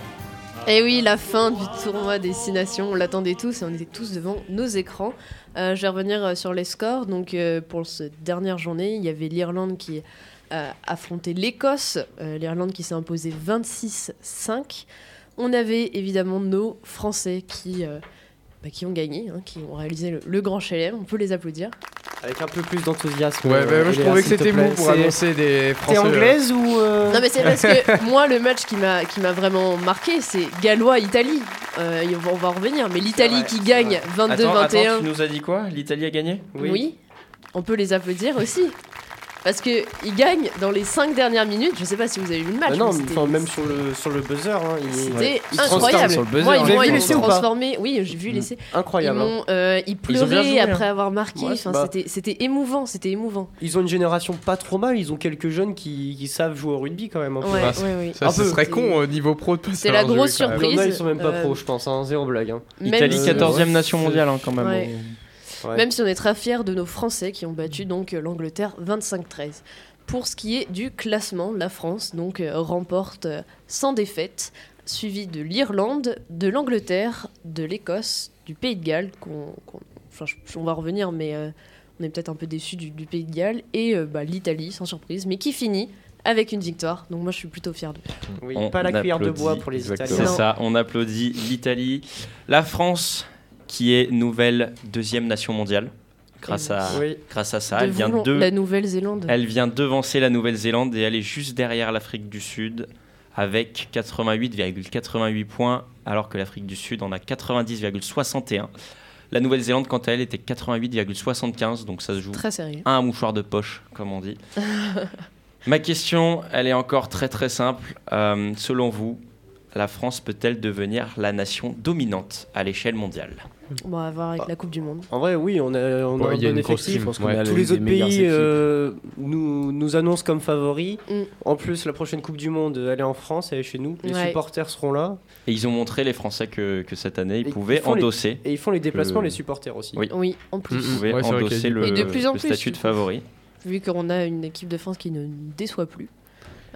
C: Et Eh oui, la fin du tournoi Destination, on l'attendait tous et on était tous devant nos écrans. Euh, je vais revenir euh, sur les scores. Donc, euh, pour cette dernière journée, il y avait l'Irlande qui euh, affrontait l'Écosse. Euh, L'Irlande qui s'est imposée 26-5. On avait évidemment nos Français qui, euh, bah, qui ont gagné, hein, qui ont réalisé le, le grand chelem. On peut les applaudir.
D: Avec un peu plus d'enthousiasme.
E: Ouais,
D: euh,
E: bah, moi, je
D: Léa,
E: trouvais que
D: s'il te
E: c'était
D: plaît.
E: mou pour
D: C'est-
E: annoncer des Français.
D: T'es anglaise ou. euh,
C: Non mais c'est parce que moi le match qui m'a qui m'a vraiment marqué c'est Gallois-Italie. Euh, et on, va, on va en revenir mais l'Italie
D: vrai,
C: qui
D: c'est
C: gagne
A: Attends, attends,
C: 22-21.
A: tu nous as dit quoi L'Italie a gagné
C: Oui. On peut les applaudir aussi. Parce qu'ils gagnent dans les 5 dernières minutes. Je sais pas si vous avez vu le match.
D: Bah non,
C: mais
D: mais
C: c'était-
D: enfin, même sur le, sur le buzzer, hein, il-
C: C'était
D: il se transforme
C: incroyable.
D: sur
F: le buzzer,
C: Moi,
F: hein.
C: ils
D: Vous avez
C: m'ont
D: vu
C: ils
D: l'essai
C: m'ont
D: ou pas
C: transformé. Oui, j'ai vu l'essai.
D: le- Incroyable.
C: ils,
D: hein.
C: m'ont, euh, ils
D: Ils ont bien
C: pleuraient
D: joué, hein.
C: après avoir marqué.
D: Ouais,
C: Enfin,
D: bah-
C: c'était, c'était émouvant. C'était émouvant.
D: Ils ont une génération pas trop mal, ils ont quelques jeunes qui, qui savent jouer au rugby quand même. hein. un peu.
C: Ouais,
E: bah,
C: ouais, ouais.
E: Ça,
D: Un
E: ce
D: peu.
E: serait con au niveau pro de passer
C: C'est la
E: leur jeu,
C: grosse
E: quand même.
D: Il y en a, ils
C: surprise,
D: sont même pas
C: euh,
D: pros, je pense, hein, zéro blague. hein.
C: Même
A: Italie
C: si-
A: 14e nation
D: Ouais.
A: mondiale hein, quand même.
C: Ouais.
D: Ouais.
C: Même si on est très fiers de nos Français qui ont battu donc euh, l'Angleterre 25-13. Pour ce qui est du classement, la France donc euh, remporte euh, sans défaite, suivie de l'Irlande, de l'Angleterre, de l'Écosse, du Pays de Galles. qu'on- qu'on- enfin, je- on va revenir, mais euh, on est peut-être un peu déçu du, du Pays de Galles et euh, bah, l'Italie, sans surprise, mais qui finit avec une victoire. Donc moi, je suis plutôt fier de.
D: Oui,
A: On
D: pas la cuillère de
A: applaudit,
D: bois pour les
A: exactement.
D: Italiens.
A: C'est ça, on applaudit l'Italie. La France, qui est nouvelle deuxième nation mondiale, grâce à,
D: Oui.
A: grâce à ça.
C: de
A: Elle vient,
C: Voulons-
A: de-
C: La Nouvelle-Zélande.
A: elle vient devancer la Nouvelle-Zélande et elle est juste derrière l'Afrique du Sud avec 88,88 points, alors que l'Afrique du Sud en a 90,61. La Nouvelle-Zélande, quant à elle, était 88,75, donc ça se joue
C: Très sérieux.
A: un mouchoir de poche, comme on dit. Ma question, elle est encore très très simple. Euh, selon vous, la France peut-elle devenir la nation dominante à l'échelle mondiale
C: On va voir
A: Ah.
C: avec la Coupe du Monde.
D: En vrai, oui, on a, on a
E: Bon,
D: un
E: il y a
D: bon
E: une grosse
D: effectif.
E: team.
F: pense qu'on
E: Ouais.
F: a
D: Tous
F: l'une
D: les
F: des
D: autres
F: meilleures
D: pays
F: équipes.
D: euh, nous, nous annoncent comme favoris.
C: Mm.
D: En plus, la prochaine Coupe du Monde, elle est en France, elle est chez nous. Les
C: Ouais.
D: supporters seront là.
A: Et ils ont montré, les Français, que, que cette année, ils
D: Et
A: pouvaient
D: ils font les-
A: endosser,
D: Et ils font les déplacements,
A: Euh,
D: les supporters aussi.
A: oui.
C: Oui, en plus.
A: ils pouvaient
E: Ouais, c'est vrai
A: endosser
E: qu'il y a
A: le,
E: du-
C: Et de plus en
A: le
C: plus,
A: statut
C: du
A: de
C: coup.
A: favori.
C: vu qu'on a une équipe de France qui ne nous déçoit plus.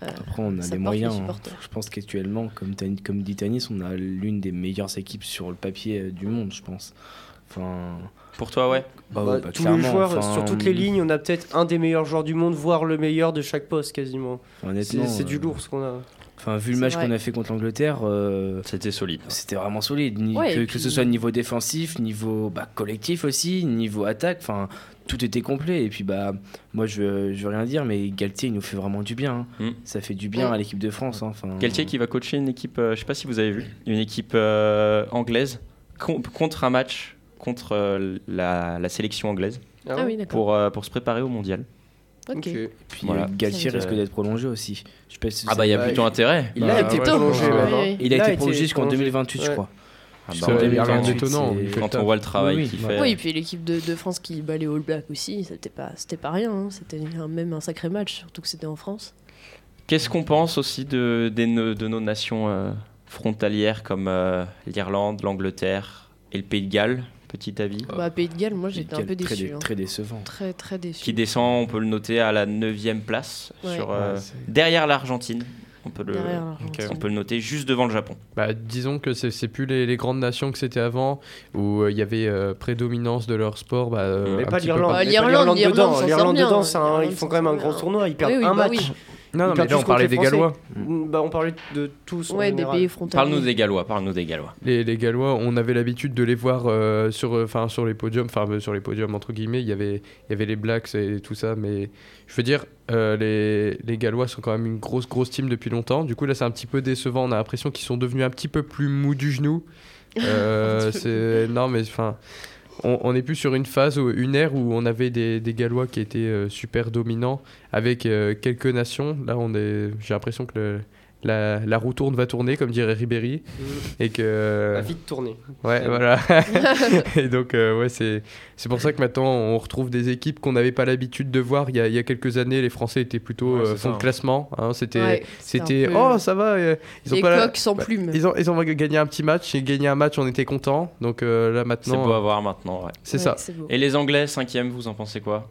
F: Après, on a
C: Ça
F: des
C: porte
F: moyens.
C: les
F: hein.
C: supporters.
F: Je pense qu'actuellement, comme, Tan- comme dit Tanis, on a l'une des meilleures équipes sur le papier euh, du monde, je pense. Enfin,
A: Pour toi, ouais.
D: Bah,
F: bah ouais, bah,
D: tous les
F: clairement,
D: joueurs,
F: enfin, mm.
D: sur toutes les lignes, on a peut-être un des meilleurs joueurs du monde, voire le meilleur de chaque poste quasiment.
F: Honnêtement,
D: C'est c'est du
F: euh,
D: lourd ce qu'on a.
F: Enfin, vu le
C: C'est
F: match
C: vrai.
F: qu'on a fait contre l'Angleterre, euh,
A: C'était solide.
F: c'était vraiment solide. Ni-
C: Ouais,
F: que,
C: et
F: que
C: puis-
F: ce soit niveau défensif, niveau bah, collectif aussi, niveau attaque, enfin, tout était complet. Et puis, bah, moi, je, je veux rien dire, mais Galtier, il nous fait vraiment du bien. hein.
A: Mm.
F: Ça fait du bien
C: Ouais.
F: à l'équipe de France. hein, Enfin,
A: Galtier qui va coacher une équipe, euh, je sais pas si vous avez vu, une équipe euh, anglaise con- contre un match contre euh, la, la sélection anglaise
D: Ah
C: Ah
D: ouais
C: oui, d'accord.
A: pour, euh, pour se préparer au mondial.
C: Ok.
D: Ok.
F: Puis,
A: Voilà.
F: euh, Galtier
A: Ça,
F: risque
A: euh,
F: d'être prolongé aussi. Je sais pas si
A: Ah bah il y a
D: Bah,
A: plutôt
D: il-
A: intérêt.
F: il,
D: Il a
F: a,
E: Bah,
D: été
E: ouais,
D: prolongé
E: ouais.
D: même,
C: Oui,
D: hein.
C: oui.
F: il a été prolongé jusqu'en 2028, je
D: Ouais.
F: crois.
A: Ah
E: Ça,
A: bah, en
E: il y a rien
A: 2028,
E: d'étonnant.
F: c'est-
E: Il fait le
A: Quand
E: taf.
A: on voit le travail
F: Oui,
A: qu'il
E: bah
F: oui.
A: fait.
C: Oui, et puis l'équipe de, de France qui bat les All Blacks aussi, c'était pas, c'était pas rien, hein. c'était un- même un sacré match, surtout que c'était en France.
A: Qu'est-ce qu'on pense aussi de, des no- de nos nations euh, frontalières comme euh, l'Irlande, l'angleterre et le Pays de Galles Petit avis.
C: Bah, Pays de Galles, moi j'étais un
F: Quel-
C: peu
F: très
C: déçu.
F: dé-
C: hein.
F: Très décevant.
C: Très très déçu.
A: Qui descend, on peut le noter à la 9 place,
C: Ouais.
A: sur,
E: Ouais,
A: euh,
E: c'est-
A: derrière l'Argentine. On peut le, euh,
C: Derrière l'Argentine.
A: on peut le noter juste devant le Japon.
E: Bah, disons que c'est c'est plus les, les grandes nations que c'était avant, où euh, il y avait euh, prédominance de leur sport. Bah, euh,
D: Mais
E: un
D: pas
E: petit peu
D: l'Irlande.
E: partout.
C: Ouais,
D: mais pas
C: l'Irlande,
D: L'Irlande
C: l'Irlande
D: dedans.
C: s'en sort
D: L'Irlande
C: bien,
D: dedans,
C: hein.
D: c'est un-
C: L'Irlande
D: ils font
C: s'en
D: quand même
C: sort
D: un grand
C: bien.
D: tournoi. Ils perdent
C: Oui, oui,
D: un
C: bah
D: match.
E: Non, non,
D: Ils
E: mais
D: perdent
E: là, on
D: tous contre
E: parlait
D: les
E: des
D: Français.
E: Gallois.
D: Mm, Bah, on parlait de tous. en
C: Ouais, des
D: général.
C: pays frontaliers.
A: Parle-nous des Gallois, parle-nous des Gallois.
E: Les, les Gallois, on avait l'habitude de les voir euh, sur, euh, 'fin, sur les podiums, enfin euh, sur les podiums entre guillemets, il y avait- il y avait les Blacks et tout ça, mais je veux dire, euh, les, les Gallois sont quand même une grosse, grosse team depuis longtemps. Du coup, là, c'est un petit peu décevant, on a l'impression qu'ils sont devenus un petit peu plus mous du genou. Euh, c'est- non, mais enfin, on, on est plus sur une phase, où- une ère où on avait des, des Gallois qui étaient euh, super dominants avec euh, quelques nations. Là, on est, j'ai l'impression que le- la, la roue tourne va tourner, comme dirait Ribéry,
D: Mm.
E: et que.
D: À vite tourner.
E: Ouais, voilà. et donc, euh, ouais, c'est, c'est pour ça que maintenant, on retrouve des équipes qu'on n'avait pas l'habitude de voir. Il y, a, il y a quelques années, les Français étaient plutôt
B: Ouais, c'est
E: euh, fond
B: ça,
E: de
B: hein.
E: classement. hein, c'était,
C: Ouais,
E: c'était,
C: un peu
E: oh, ça va. euh, ils ont
C: des
E: pas la-
C: coqs sans
E: Ouais.
C: plumes.
E: Ils ont, ils ont gagné un petit match. Et gagné un match, on était content. Donc euh, là,
A: C'est beau
E: maintenant,
A: à voir maintenant. ouais.
E: c'est
C: Ouais,
E: ça.
C: beau.
A: Et les Anglais, cinquième, vous en pensez quoi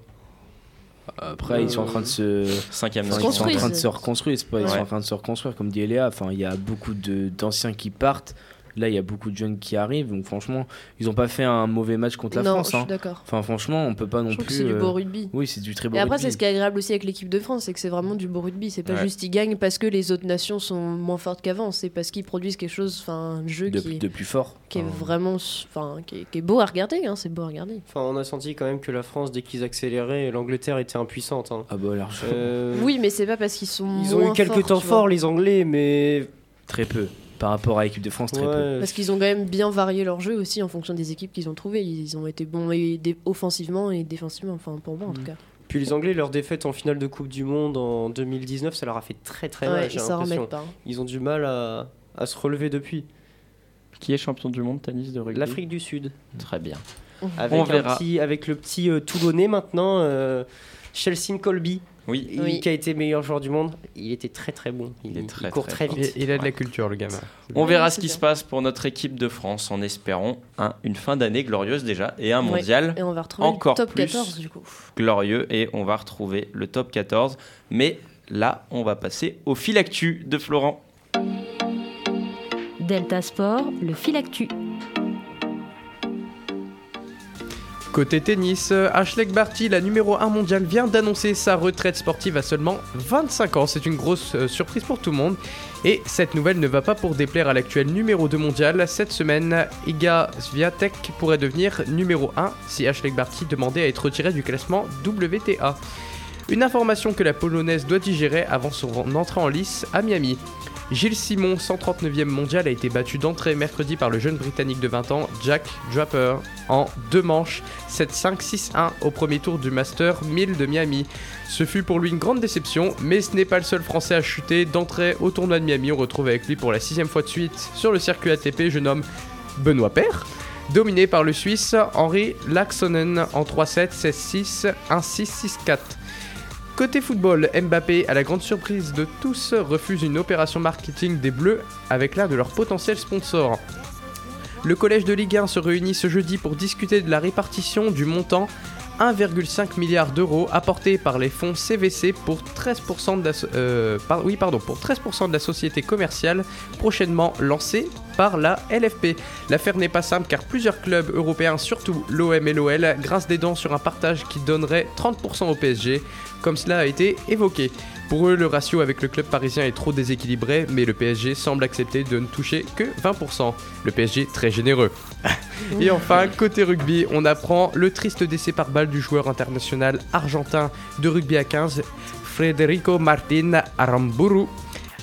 F: Après, ils sont en train de se.
A: Cinquième
F: Enfin,
A: nation.
F: ils sont en train de
C: construisent.
F: se reconstruire, c'est pas- ils
A: Ouais.
F: sont en train de se reconstruire, comme dit Eléa. Enfin, il y a beaucoup de- d'anciens qui partent. Là, il y a beaucoup de jeunes qui arrivent. Donc, franchement, ils n'ont pas fait un mauvais match contre la
C: non,
F: France.
C: je
F: hein.
C: suis d'accord.
F: Enfin, franchement, on peut pas non
C: Je trouve que
F: plus.
C: c'est du
F: euh,
C: beau rugby.
F: Oui, c'est du très beau.
C: Et après,
F: rugby.
C: c'est ce qui est agréable aussi avec l'équipe de France, c'est que c'est vraiment du beau rugby. C'est pas
A: Ouais.
C: juste ils gagnent parce que les autres nations sont moins fortes qu'avant, c'est parce qu'ils produisent quelque chose, enfin un jeu
F: de,
C: qui est,
F: de plus fort.
C: qui est
F: Enfin,
C: vraiment, su- enfin qui est, qui est beau à regarder. hein, c'est beau à regarder.
D: Enfin, on a senti quand même que la France, dès qu'ils accéléraient, l'Angleterre était impuissante. hein.
F: Ah bah alors, je-
D: Euh,
C: Oui, mais c'est pas parce qu'ils sont
D: Ils ont eu
C: moins
D: quelques
C: forts,
D: temps
C: tu vois.
D: forts, les Anglais, mais.
F: très peu par rapport à l'équipe de France, très peu.
D: Ouais,
C: Parce qu'ils ont quand même bien varié leur jeu
D: Mmh.
C: aussi en fonction des équipes qu'ils ont trouvées. Ils ont été bons et dé- offensivement et défensivement, enfin pour moi en tout cas.
D: Puis les Anglais, leur défaite en finale de Coupe du Monde en 2019, ça leur a fait très très
C: Ouais,
D: mal. Ah j'ai
C: ils s'en
D: l'impression.
C: remettent pas. hein.
D: Ils ont du mal à, à se relever depuis.
A: Qui est champion du monde tennis de rugby
D: L'Afrique du Sud.
A: Très bien.
D: Avec,
A: On
D: un
A: verra.
D: petit- avec le petit euh, Toulonnais maintenant, euh, Chelsea Colby,
A: Oui.
C: Oui.
D: qui a été meilleur joueur du monde. Il était très très bon.
A: Il est très,
D: court
A: très
D: très,
A: fort.
D: vite.
E: Il, il a de la culture, le gamin.
A: On
C: Ouais,
A: verra
C: c'est
A: ce qui
C: bien.
A: se passe pour notre équipe de France en espérant un- une fin d'année glorieuse déjà et un
C: Ouais.
A: mondial
C: Et on va retrouver
A: Encore
C: le top
A: plus.
C: 14 du coup.
A: glorieux et on va retrouver le top 14. Mais là, on va passer au fil actu de Florent.
I: Delta Sport, le fil actu.
E: Côté tennis, euh, Ashleigh Barty, la numéro 1 mondiale, vient d'annoncer sa retraite sportive à seulement 25 ans. C'est une grosse euh, surprise pour tout le monde. Et cette nouvelle ne va pas pour déplaire à l'actuel numéro 2 mondial. Cette semaine, Iga Swiatek pourrait devenir numéro 1 si Ashleigh Barty demandait à être retirée du classement WTA. Une information que la Polonaise doit digérer avant son entrée en lice à Miami. Gilles Simon, 139e mondial, a été battu d'entrée mercredi par le jeune Britannique de 20 ans, Jack Draper, en deux manches 7-5-6-1 au premier tour du Master 1000 de Miami. Ce fut pour lui une grande déception, mais ce n'est pas le seul Français à chuter. D'entrée au tournoi de Miami, on retrouve avec lui pour la sixième fois de suite sur le circuit ATP, je nomme Benoît Paire. Dominé par le Suisse Henri Laxonen en 3-7, 16-6, 1-6-6-4. Côté football, Mbappé, à la grande surprise de tous, refuse une opération marketing des Bleus avec l'un de leurs potentiels sponsors. Le collège de Ligue 1 se réunit ce jeudi pour discuter de la répartition du montant 1,5 milliard d'euros apporté par les fonds CVC pour 13% de la, so- euh, par- oui, pardon, pour 13% de la société commerciale prochainement lancée par la LFP. L'affaire n'est pas simple car plusieurs clubs européens, surtout l'OM et l'OL, grincent des dents sur un partage qui donnerait 30% au PSG, comme cela a été évoqué. Pour eux, le ratio avec le club parisien est trop déséquilibré, mais le PSG semble accepter de ne toucher que 20%. Le PSG très généreux. Et enfin, côté rugby, on apprend le triste décès par balle du joueur international argentin de rugby à 15, Federico Martin Aramburu,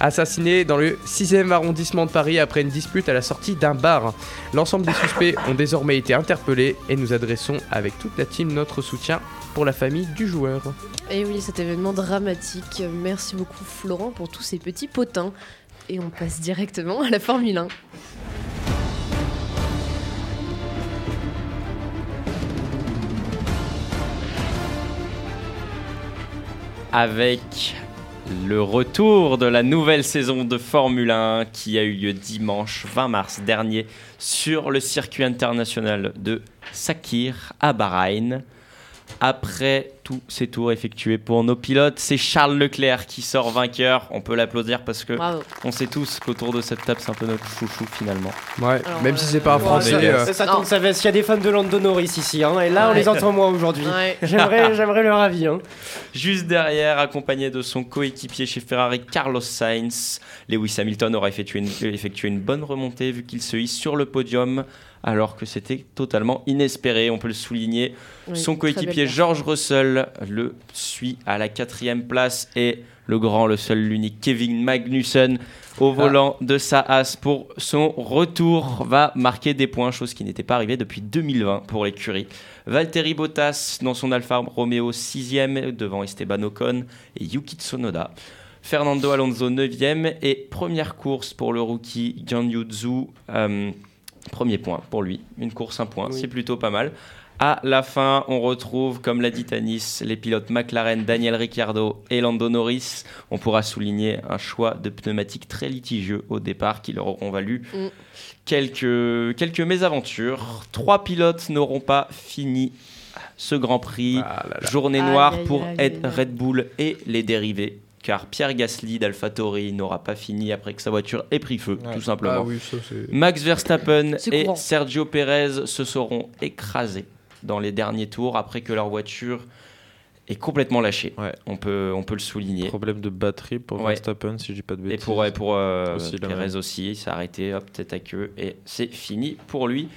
E: assassiné dans le 6e arrondissement de Paris après une dispute à la sortie d'un bar. L'ensemble des suspects ont désormais été interpellés et nous adressons avec toute la team notre soutien pour la famille du joueur.
C: Et Eh oui, cet événement dramatique. Merci beaucoup Florent pour tous ces petits potins. Et on passe directement à la Formule 1.
A: avec le retour de la nouvelle saison de Formule 1 qui a eu lieu dimanche 20 mars dernier sur le circuit international de Sakir à Bahreïn. Après tous ces tours effectués pour nos pilotes, c'est Charles Leclerc qui sort vainqueur. On peut l'applaudir parce que
C: Bravo.
A: on sait tous qu'autour de cette table, c'est un peu notre chouchou finalement.
E: Ouais,
C: Alors,
E: même
C: euh,
E: si c'est pas un
D: Oh,
E: français.
D: ça,
E: euh,
D: ça, ça
C: Non.
D: tombe, ça va. S'il y a des fans de Lando Norris ici, hein, et là on
C: Ouais.
D: les entend moins aujourd'hui.
C: Ouais.
D: J'aimerais, j'aimerais leur avis. hein.
A: Juste derrière, accompagné de son coéquipier chez Ferrari, Carlos Sainz, Lewis Hamilton aura effectué une, euh, effectué une bonne remontée vu qu'il se hisse sur le podium alors que c'était totalement inespéré, on peut le souligner.
C: Oui,
A: son
C: très belle
A: coéquipier
C: paire.
A: George Russell le suit à la quatrième place et le grand, le seul, l'unique Kevin Magnussen
C: Ah.
A: au volant de sa Haas pour son retour va marquer des points, chose qui n'était pas arrivée depuis 2020 pour l'écurie. Valtteri Bottas dans son Alfa Romeo 6ème devant Esteban Ocon et Yuki Tsunoda. Fernando Alonso 9ème et première course pour le rookie Gian Yuzu. euh, premier point pour lui, une course, un point,
D: Oui.
A: c'est plutôt pas mal. À la fin, on retrouve, comme l'a dit Tanis, les pilotes McLaren, Daniel Ricciardo et Lando Norris. On pourra souligner un choix de pneumatiques très litigieux au départ qui leur auront valu
C: Mm.
A: quelques, quelques mésaventures. Trois pilotes n'auront pas fini ce Grand Prix.
E: ah là là.
A: Journée
C: Aïe,
A: noire
C: aïe,
A: pour
C: aïe,
A: Ed-
C: aïe.
A: Red Bull et les dérivés. Car Pierre Gasly d'AlphaTauri n'aura pas fini après que sa voiture ait pris feu, tout simplement.
E: Ah oui, ça c'est.
A: Max Verstappen
C: C'est
A: et
C: courant.
A: Sergio Perez se seront écrasés dans les derniers tours après que leur voiture est complètement lâchée.
B: Ouais.
A: On, peut, on peut le souligner.
B: Problème de batterie pour
A: Ouais.
B: Verstappen, si j'ai pas de
A: Et
B: bêtises.
A: pour, et pour euh,
B: Aussi, là,
A: Perez aussi, il s'est arrêté, hop, tête à queue, et c'est fini pour lui.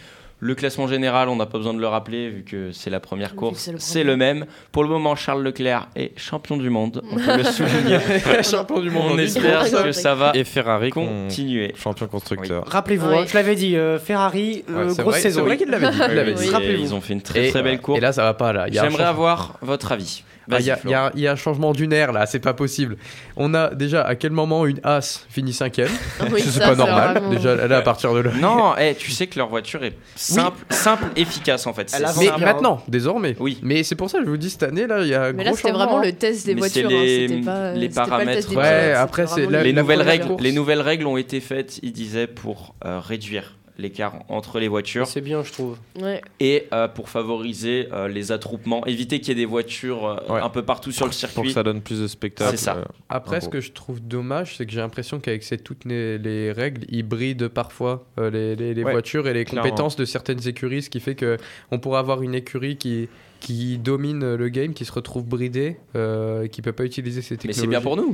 A: Le classement général, on n'a pas besoin de le rappeler, vu que c'est la première
C: Vu que
A: course,
C: c'est le
A: c'est
C: premier.
A: le même. Pour le moment, Charles Leclerc est champion du monde, on peut le souligner.
E: Champion du
A: on
E: en
A: espère
C: titre.
A: que ça va
B: Et Ferrari, qu'on-
A: continuer.
B: champion constructeur.
D: Rappelez-vous,
C: Ouais.
D: hein, je l'avais dit, euh, Ferrari, euh,
E: Ouais, c'est
D: grosse
E: vrai-
D: saison. Ah,
E: C'est vrai qu'il l'avait dit. euh, il l'avait
A: Oui,
E: dit.
A: et
D: Rappelez-vous.
A: Ils ont fait une très très belle course.
E: Et là, ça va pas là. Il Ah, y a un
A: J'aimerais
E: changement.
A: avoir votre avis.
E: Ah,
A: Vas-y,
E: Il y, a- il y a- il y a un changement d'une ère là, c'est pas possible. On a déjà à quel moment une as finit cinquième
C: Oui,
E: C'est
C: ça,
E: pas
C: c'est
E: normal.
C: vraiment-
E: Déjà là, à partir de là.
A: Non, eh, tu sais que leur voiture est simple, simple efficace en fait. C'est
D: Elle avance.
E: Mais
A: simple.
E: maintenant, désormais.
A: Oui.
E: Mais c'est pour ça que je vous dis cette année là, il y a un
C: Mais
E: gros
C: là, c'était
E: changement,
C: vraiment
E: hein.
C: le test des
A: Mais c'est
C: voitures. hein,
A: les-
C: C'était pas,
A: les
C: c'était pas le test
A: paramètres,
C: des
E: ouais,
C: pilotes, c'était
E: après, c'est
C: vraiment
E: la-
C: le-
A: les
E: la
A: nouvelles
E: première
A: règles,
E: course.
A: les nouvelles règles ont été faites, ils disaient pour euh, réduire l'écart entre les voitures
D: C'est bien, je trouve.
C: Ouais.
A: et euh, pour favoriser euh, les attroupements, éviter qu'il y ait des voitures euh,
B: Ouais.
A: un peu partout sur le
B: Pour que
A: circuit.
B: ça donne plus de spectacles.
A: C'est ça.
B: euh, En
E: Après, ce
B: gros.
E: que je trouve dommage, c'est que j'ai l'impression qu'avec ces, toutes les, les règles, ils brident parfois euh, les, les- les
B: Ouais,
E: voitures et les
B: clairement.
E: compétences de certaines écuries, ce qui fait que on pourrait avoir une écurie qui, qui domine le game, qui se retrouve bridée, euh, qui peut pas utiliser ces
A: Mais
E: technologies.
A: c'est bien pour nous.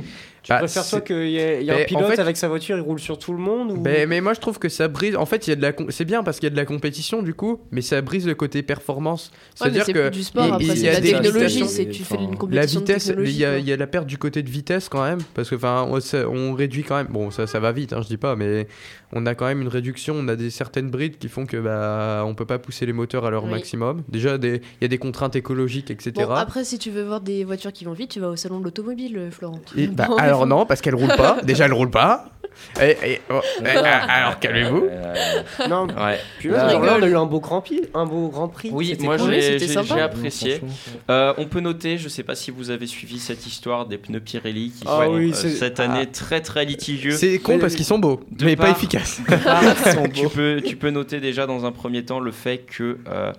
E: Bah,
D: tu préfères
E: c'est-
D: toi qu'il y ait il y ait
E: Mais
D: un
E: en
D: pilote
E: fait-
D: avec sa voiture, il roule sur tout le monde ou...
E: Ben, mais moi je trouve que ça brise. En fait, il y a de la. com- C'est bien parce qu'il y a de la compétition du coup, mais ça brise le côté performance.
C: Ouais, mais
E: C'est-à-dire
C: c'est
E: que
C: plus du sport,
E: il-
C: après, c'est
E: il y a
C: de la
E: des
C: technologie,
E: limitations.
C: c'est tu fais une
F: Enfin,
E: La
C: compétition
E: vitesse,
C: de
E: mais il y, a-
C: technologie.
E: il y a la perte du côté de vitesse quand même, parce que enfin, on, sait- on réduit quand même. Bon, ça, ça va vite, hein, je dis pas, mais on a quand même une réduction. On a des certaines brides qui font que bah, on peut pas pousser les moteurs à leur
C: Oui.
E: maximum. Déjà, des- il y a des contraintes écologiques, etc.
C: quoi. Bon, après, si tu veux voir des voitures qui vont vite, tu vas au salon de l'automobile, euh, Florent.
E: Et- bah,
C: Bon.
E: alors non, parce qu'elle roule pas. Déjà, elle roule pas. Et- et- oh, et- alors calmez-vous.
A: Euh,
D: Non,
A: ouais.
D: puis
A: Là,
F: euh,
D: là, genre
A: ouais.
D: là, on a eu un beau grand prix. Un beau grand prix.
A: Oui,
D: C'était
A: moi
D: cool.
C: Oui,
A: j'ai
C: c'était
A: j'ai-
C: sympa.
A: j'ai apprécié.
F: Non, franchement.
A: Euh, on peut noter, je sais pas si vous avez suivi cette histoire des pneus Pirelli qui
D: Ah
A: sont
D: oui,
A: euh,
D: c'est-
A: cette année très très litigieux.
E: ah. C'est con
D: Mais-
E: parce qu'ils sont beaux,
A: De
E: mais pas
A: part-
E: efficaces.
D: Ah,
A: tu, peux, tu peux noter déjà dans un premier temps le fait que euh,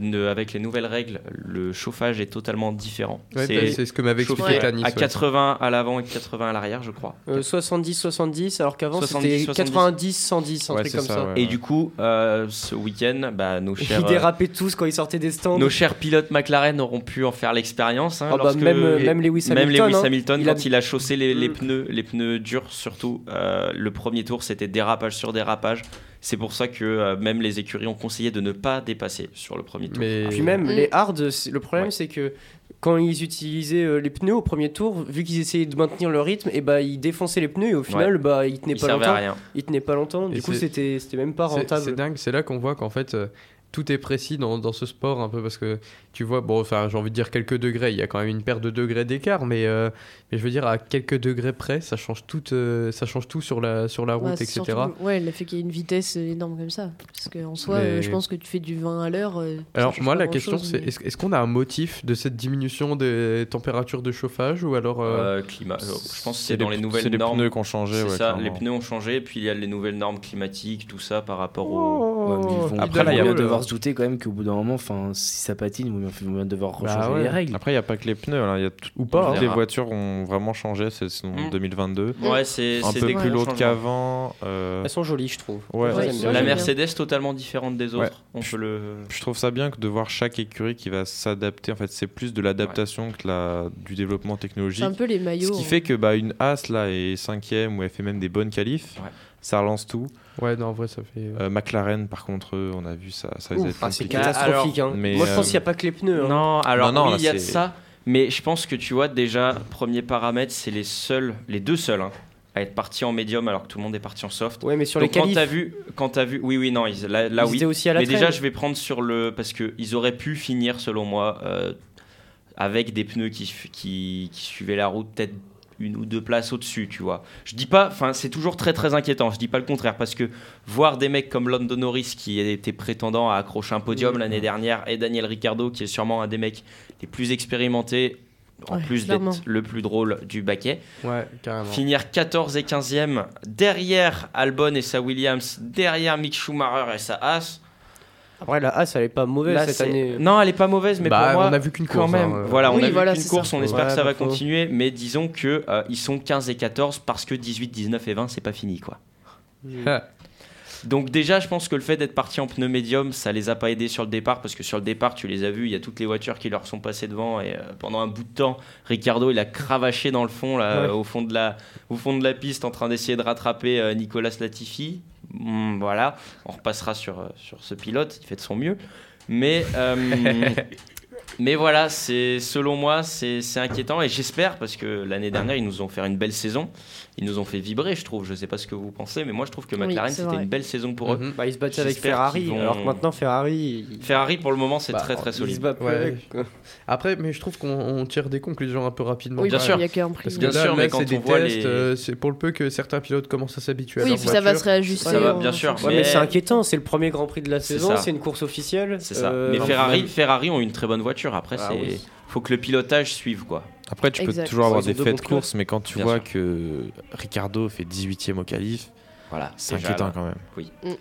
A: ne- avec les nouvelles règles, le chauffage est totalement différent.
E: Ouais, bah,
A: c'est
E: c'est ce que m'avait
A: chauffé
E: expliqué Tanis.
A: à
E: ouais.
A: 80 à l'avant et 80 à l'arrière, je crois.
D: Euh, 70-70, alors qu'avant
A: 70,
D: c'était 90-110, un
B: Ouais,
D: truc
B: c'est
D: comme ça.
B: ouais,
A: Et
B: ouais.
A: du coup, euh, ce week-end, bah, nos,
D: Ils
A: chers, euh,
D: dérapaient tous quand ils sortaient des stands.
E: euh,
A: nos chers pilotes McLaren auront pu en faire l'expérience. hein,
D: Ah bah,
A: lorsque-
D: même, euh, même Lewis
A: Même
D: Hamilton.
A: Lewis
D: hein.
A: Hamilton,
D: Il
A: quand
D: a-
A: il a chaussé les, les
D: Mm.
A: pneus, les pneus durs surtout, euh, le premier tour c'était dérapage sur dérapage. C'est pour ça que euh, même les écuries ont conseillé de ne pas dépasser sur le premier tour.
E: Mais-
D: Puis même
C: Mm.
D: les hards, c'est- le problème
A: Ouais.
D: c'est que quand ils utilisaient euh, les pneus au premier tour, vu qu'ils essayaient de maintenir le rythme, et bah ils défonçaient les pneus et au final bah ils tenaient
A: Il
D: pas
A: servait
D: longtemps.
A: à rien.
D: Ils tenaient pas longtemps.
E: Et
D: Du coup
E: c'est-
D: c'était c'était même pas
E: C'est- C'est
D: rentable.
E: dingue, c'est là qu'on voit qu'en fait euh, tout est précis dans, dans ce sport un peu parce que tu vois, bon, enfin j'ai envie de dire quelques degrés, il y a quand même une paire de degrés d'écart, mais, euh, mais je veux dire à quelques degrés près, ça change tout, euh, ça change tout sur la, sur la route,
C: Ouais, Bah, c'est
E: etc.
C: surtout- ouais, le fait qu'il y ait une vitesse euh, énorme comme ça. Parce qu'en soi,
E: Mais-
C: euh, je pense que tu fais du 20 à l'heure. euh, ça
E: Alors
C: change
E: moi
C: pas
E: la
C: grand
E: question
C: chose,
E: c'est
C: mais-
E: est-ce est-ce qu'on a un motif de cette diminution des températures de chauffage ou alors euh,
A: Euh, climat. euh, Je pense que c'est
B: les
A: dans les
B: p-
A: nouvelles
B: C'est les
A: normes.
B: pneus qui ont changé.
A: C'est
B: ouais,
A: ça, les
B: clairement.
A: pneus ont changé, puis il y a les nouvelles normes climatiques, tout ça par rapport
E: Oh.
A: au.
C: Oh,
F: Ouais, mais ils vont,
E: Ah,
B: Après, là, il y
F: ils
B: a-
F: vont bien devoir se douter quand même qu'au bout d'un moment, enfin, si ça patine, ils vont bien, ils vont bien devoir
E: Bah
F: rechanger
E: ouais.
F: les règles.
B: Après, il n'y a pas que les pneus. là, il Y a tout-
E: ou pas
A: on
E: hein.
B: les
A: verra.
B: voitures ont vraiment changé. C'est c'est en
A: Mm.
B: 2022.
A: Ouais, c'est
B: Un
A: c'est
B: peu
A: des
B: plus
A: gros
B: lourd
A: changements.
B: qu'avant. euh,
D: Elles sont jolies je trouve.
B: Ouais,
C: Ouais,
D: j'aime
C: c'est
D: bien.
A: La
C: j'aime bien.
A: Mercedes totalement différente des autres. On peut le.
B: Je trouve ça bien que de voir chaque écurie qui va s'adapter. En fait, c'est plus de l'adaptation que la, du développement
C: C'est un
B: technologique.
C: peu les
B: Ce
C: maillots.
B: qui
C: hein.
B: fait que bah, une As là est cinquième ou elle fait même des bonnes qualifs.
A: Ouais.
B: Ça relance tout.
E: Ouais, non en vrai ça fait
B: Euh, McLaren, par contre, euh, on a vu ça. Ça
D: Ouf,
B: va être
D: ah, c'est
B: compliqué.
D: catastrophique. hein.
B: mais,
D: Moi je pense
B: euh,
D: qu'il n'y a pas que les pneus. hein.
A: Non, alors
B: Non, non,
A: oui,
B: là,
A: il y a de
B: c'est-
A: ça, mais je pense que tu vois déjà, premier paramètre, c'est les seuls, les deux seuls hein, à être partis en médium alors que tout le monde est parti en soft.
D: Ouais mais sur
A: Donc
D: les
A: quand
D: qualifs.
A: t'as vu, quand t'as vu, oui oui non, ils- là, là
D: ils
A: oui.
D: étaient aussi à la
A: Mais déjà
D: traîne.
A: je vais prendre sur le parce que ils auraient pu finir selon moi euh, avec des pneus qui, su- qui qui suivaient la route peut-être une ou deux places au-dessus, tu vois. Je dis pas, enfin c'est toujours très très inquiétant. Je dis pas le contraire parce que voir des mecs comme Lando Norris qui était prétendant à accrocher un podium
D: Mmh.
A: l'année dernière et Daniel Ricciardo qui est sûrement un des mecs les plus expérimentés en
C: Ouais,
A: plus
C: clairement.
A: d'être le plus drôle du baquet.
E: ouais carrément.
A: Finir 14 et 15e derrière Albon et sa Williams, derrière Mick Schumacher et sa Haas.
D: Après la As elle est pas mauvaise
A: Là,
D: cette
A: c'est- Mm.
D: année.
A: Non, elle est pas mauvaise, mais
E: Bah,
A: pour moi,
E: on a vu qu'une
A: quand
E: course
A: même.
E: hein, euh.
A: Voilà, on
C: Oui,
A: a
C: voilà,
A: vu qu'une
C: c'est
A: course,
C: ça.
A: on espère
D: Ouais,
A: que ça
D: bah,
A: va
D: faut-
A: continuer, mais disons que euh, ils sont 15 et 14 parce que 18, 19 et 20, c'est pas fini, quoi.
C: Hmm.
A: Donc déjà, je pense que le fait d'être parti en pneu médium, ça les a pas aidés sur le départ, parce que sur le départ, tu les as vus, il y a toutes les voitures qui leur sont passées devant, et euh, pendant un bout de temps, Ricardo, il a cravaché dans le fond, là,
D: Ouais.
A: euh, au, fond de la, au fond de la piste, en train d'essayer de rattraper euh, Nicolas Latifi. Hmm, voilà, on repassera sur, euh, sur ce pilote, il fait de son mieux. Mais euh, Mais voilà, c'est selon moi, c'est c'est inquiétant et j'espère parce que l'année dernière, ils nous ont fait une belle saison. Ils nous ont fait vibrer, je trouve. Je sais pas ce que vous pensez, mais moi, je trouve que
C: Oui,
A: McLaren,
C: c'est
A: c'était
C: vrai.
A: une belle saison pour eux.
E: Mhm.
D: Bah, ils se battaient avec
A: J'espère
D: Ferrari,
A: qu'ils vont-
D: alors que maintenant Ferrari, il-
A: Ferrari, pour le moment, c'est
E: Bah,
A: très très
D: il se
A: solide.
D: bat plus
E: Ouais.
D: avec, euh, quoi.
E: Après, mais je trouve qu'on on tire des conclusions un peu rapidement.
A: bien
E: Ouais.
A: sûr.
C: Il y a qu'un prix.
E: bah, Parce que
A: Bien
E: là,
A: sûr,
E: là,
A: mais quand
E: c'est des
A: on voit les-
E: tests, euh, c'est pour le peu que certains pilotes commencent à s'habituer à
C: Oui,
E: leur
C: puis ça va
E: voiture.
C: se réajuster. hein.
A: Ça va,
C: en
A: bien sûr.
C: fonction.
D: Ouais, mais,
A: Mais-
D: c'est inquiétant, c'est le premier Grand Prix de la
A: C'est
D: saison,
A: ça.
D: c'est une course officielle.
A: C'est ça.
D: Euh,
A: mais
D: non,
A: Ferrari,
D: même-
A: Ferrari ont une très bonne voiture. Après,
D: Ah
A: c'est
D: oui.
A: faut que le pilotage suive quoi.
B: Après, tu peux
C: Exact.
B: toujours avoir
D: Ils ont
B: des
D: deux
B: faits
D: bons
B: de course, mais quand tu
A: Bien
B: vois
A: sûr.
B: que Ricardo fait 18ème au qualif,
A: Voilà,
B: c'est
A: déjà,
B: inquiétant
A: là.
B: quand même.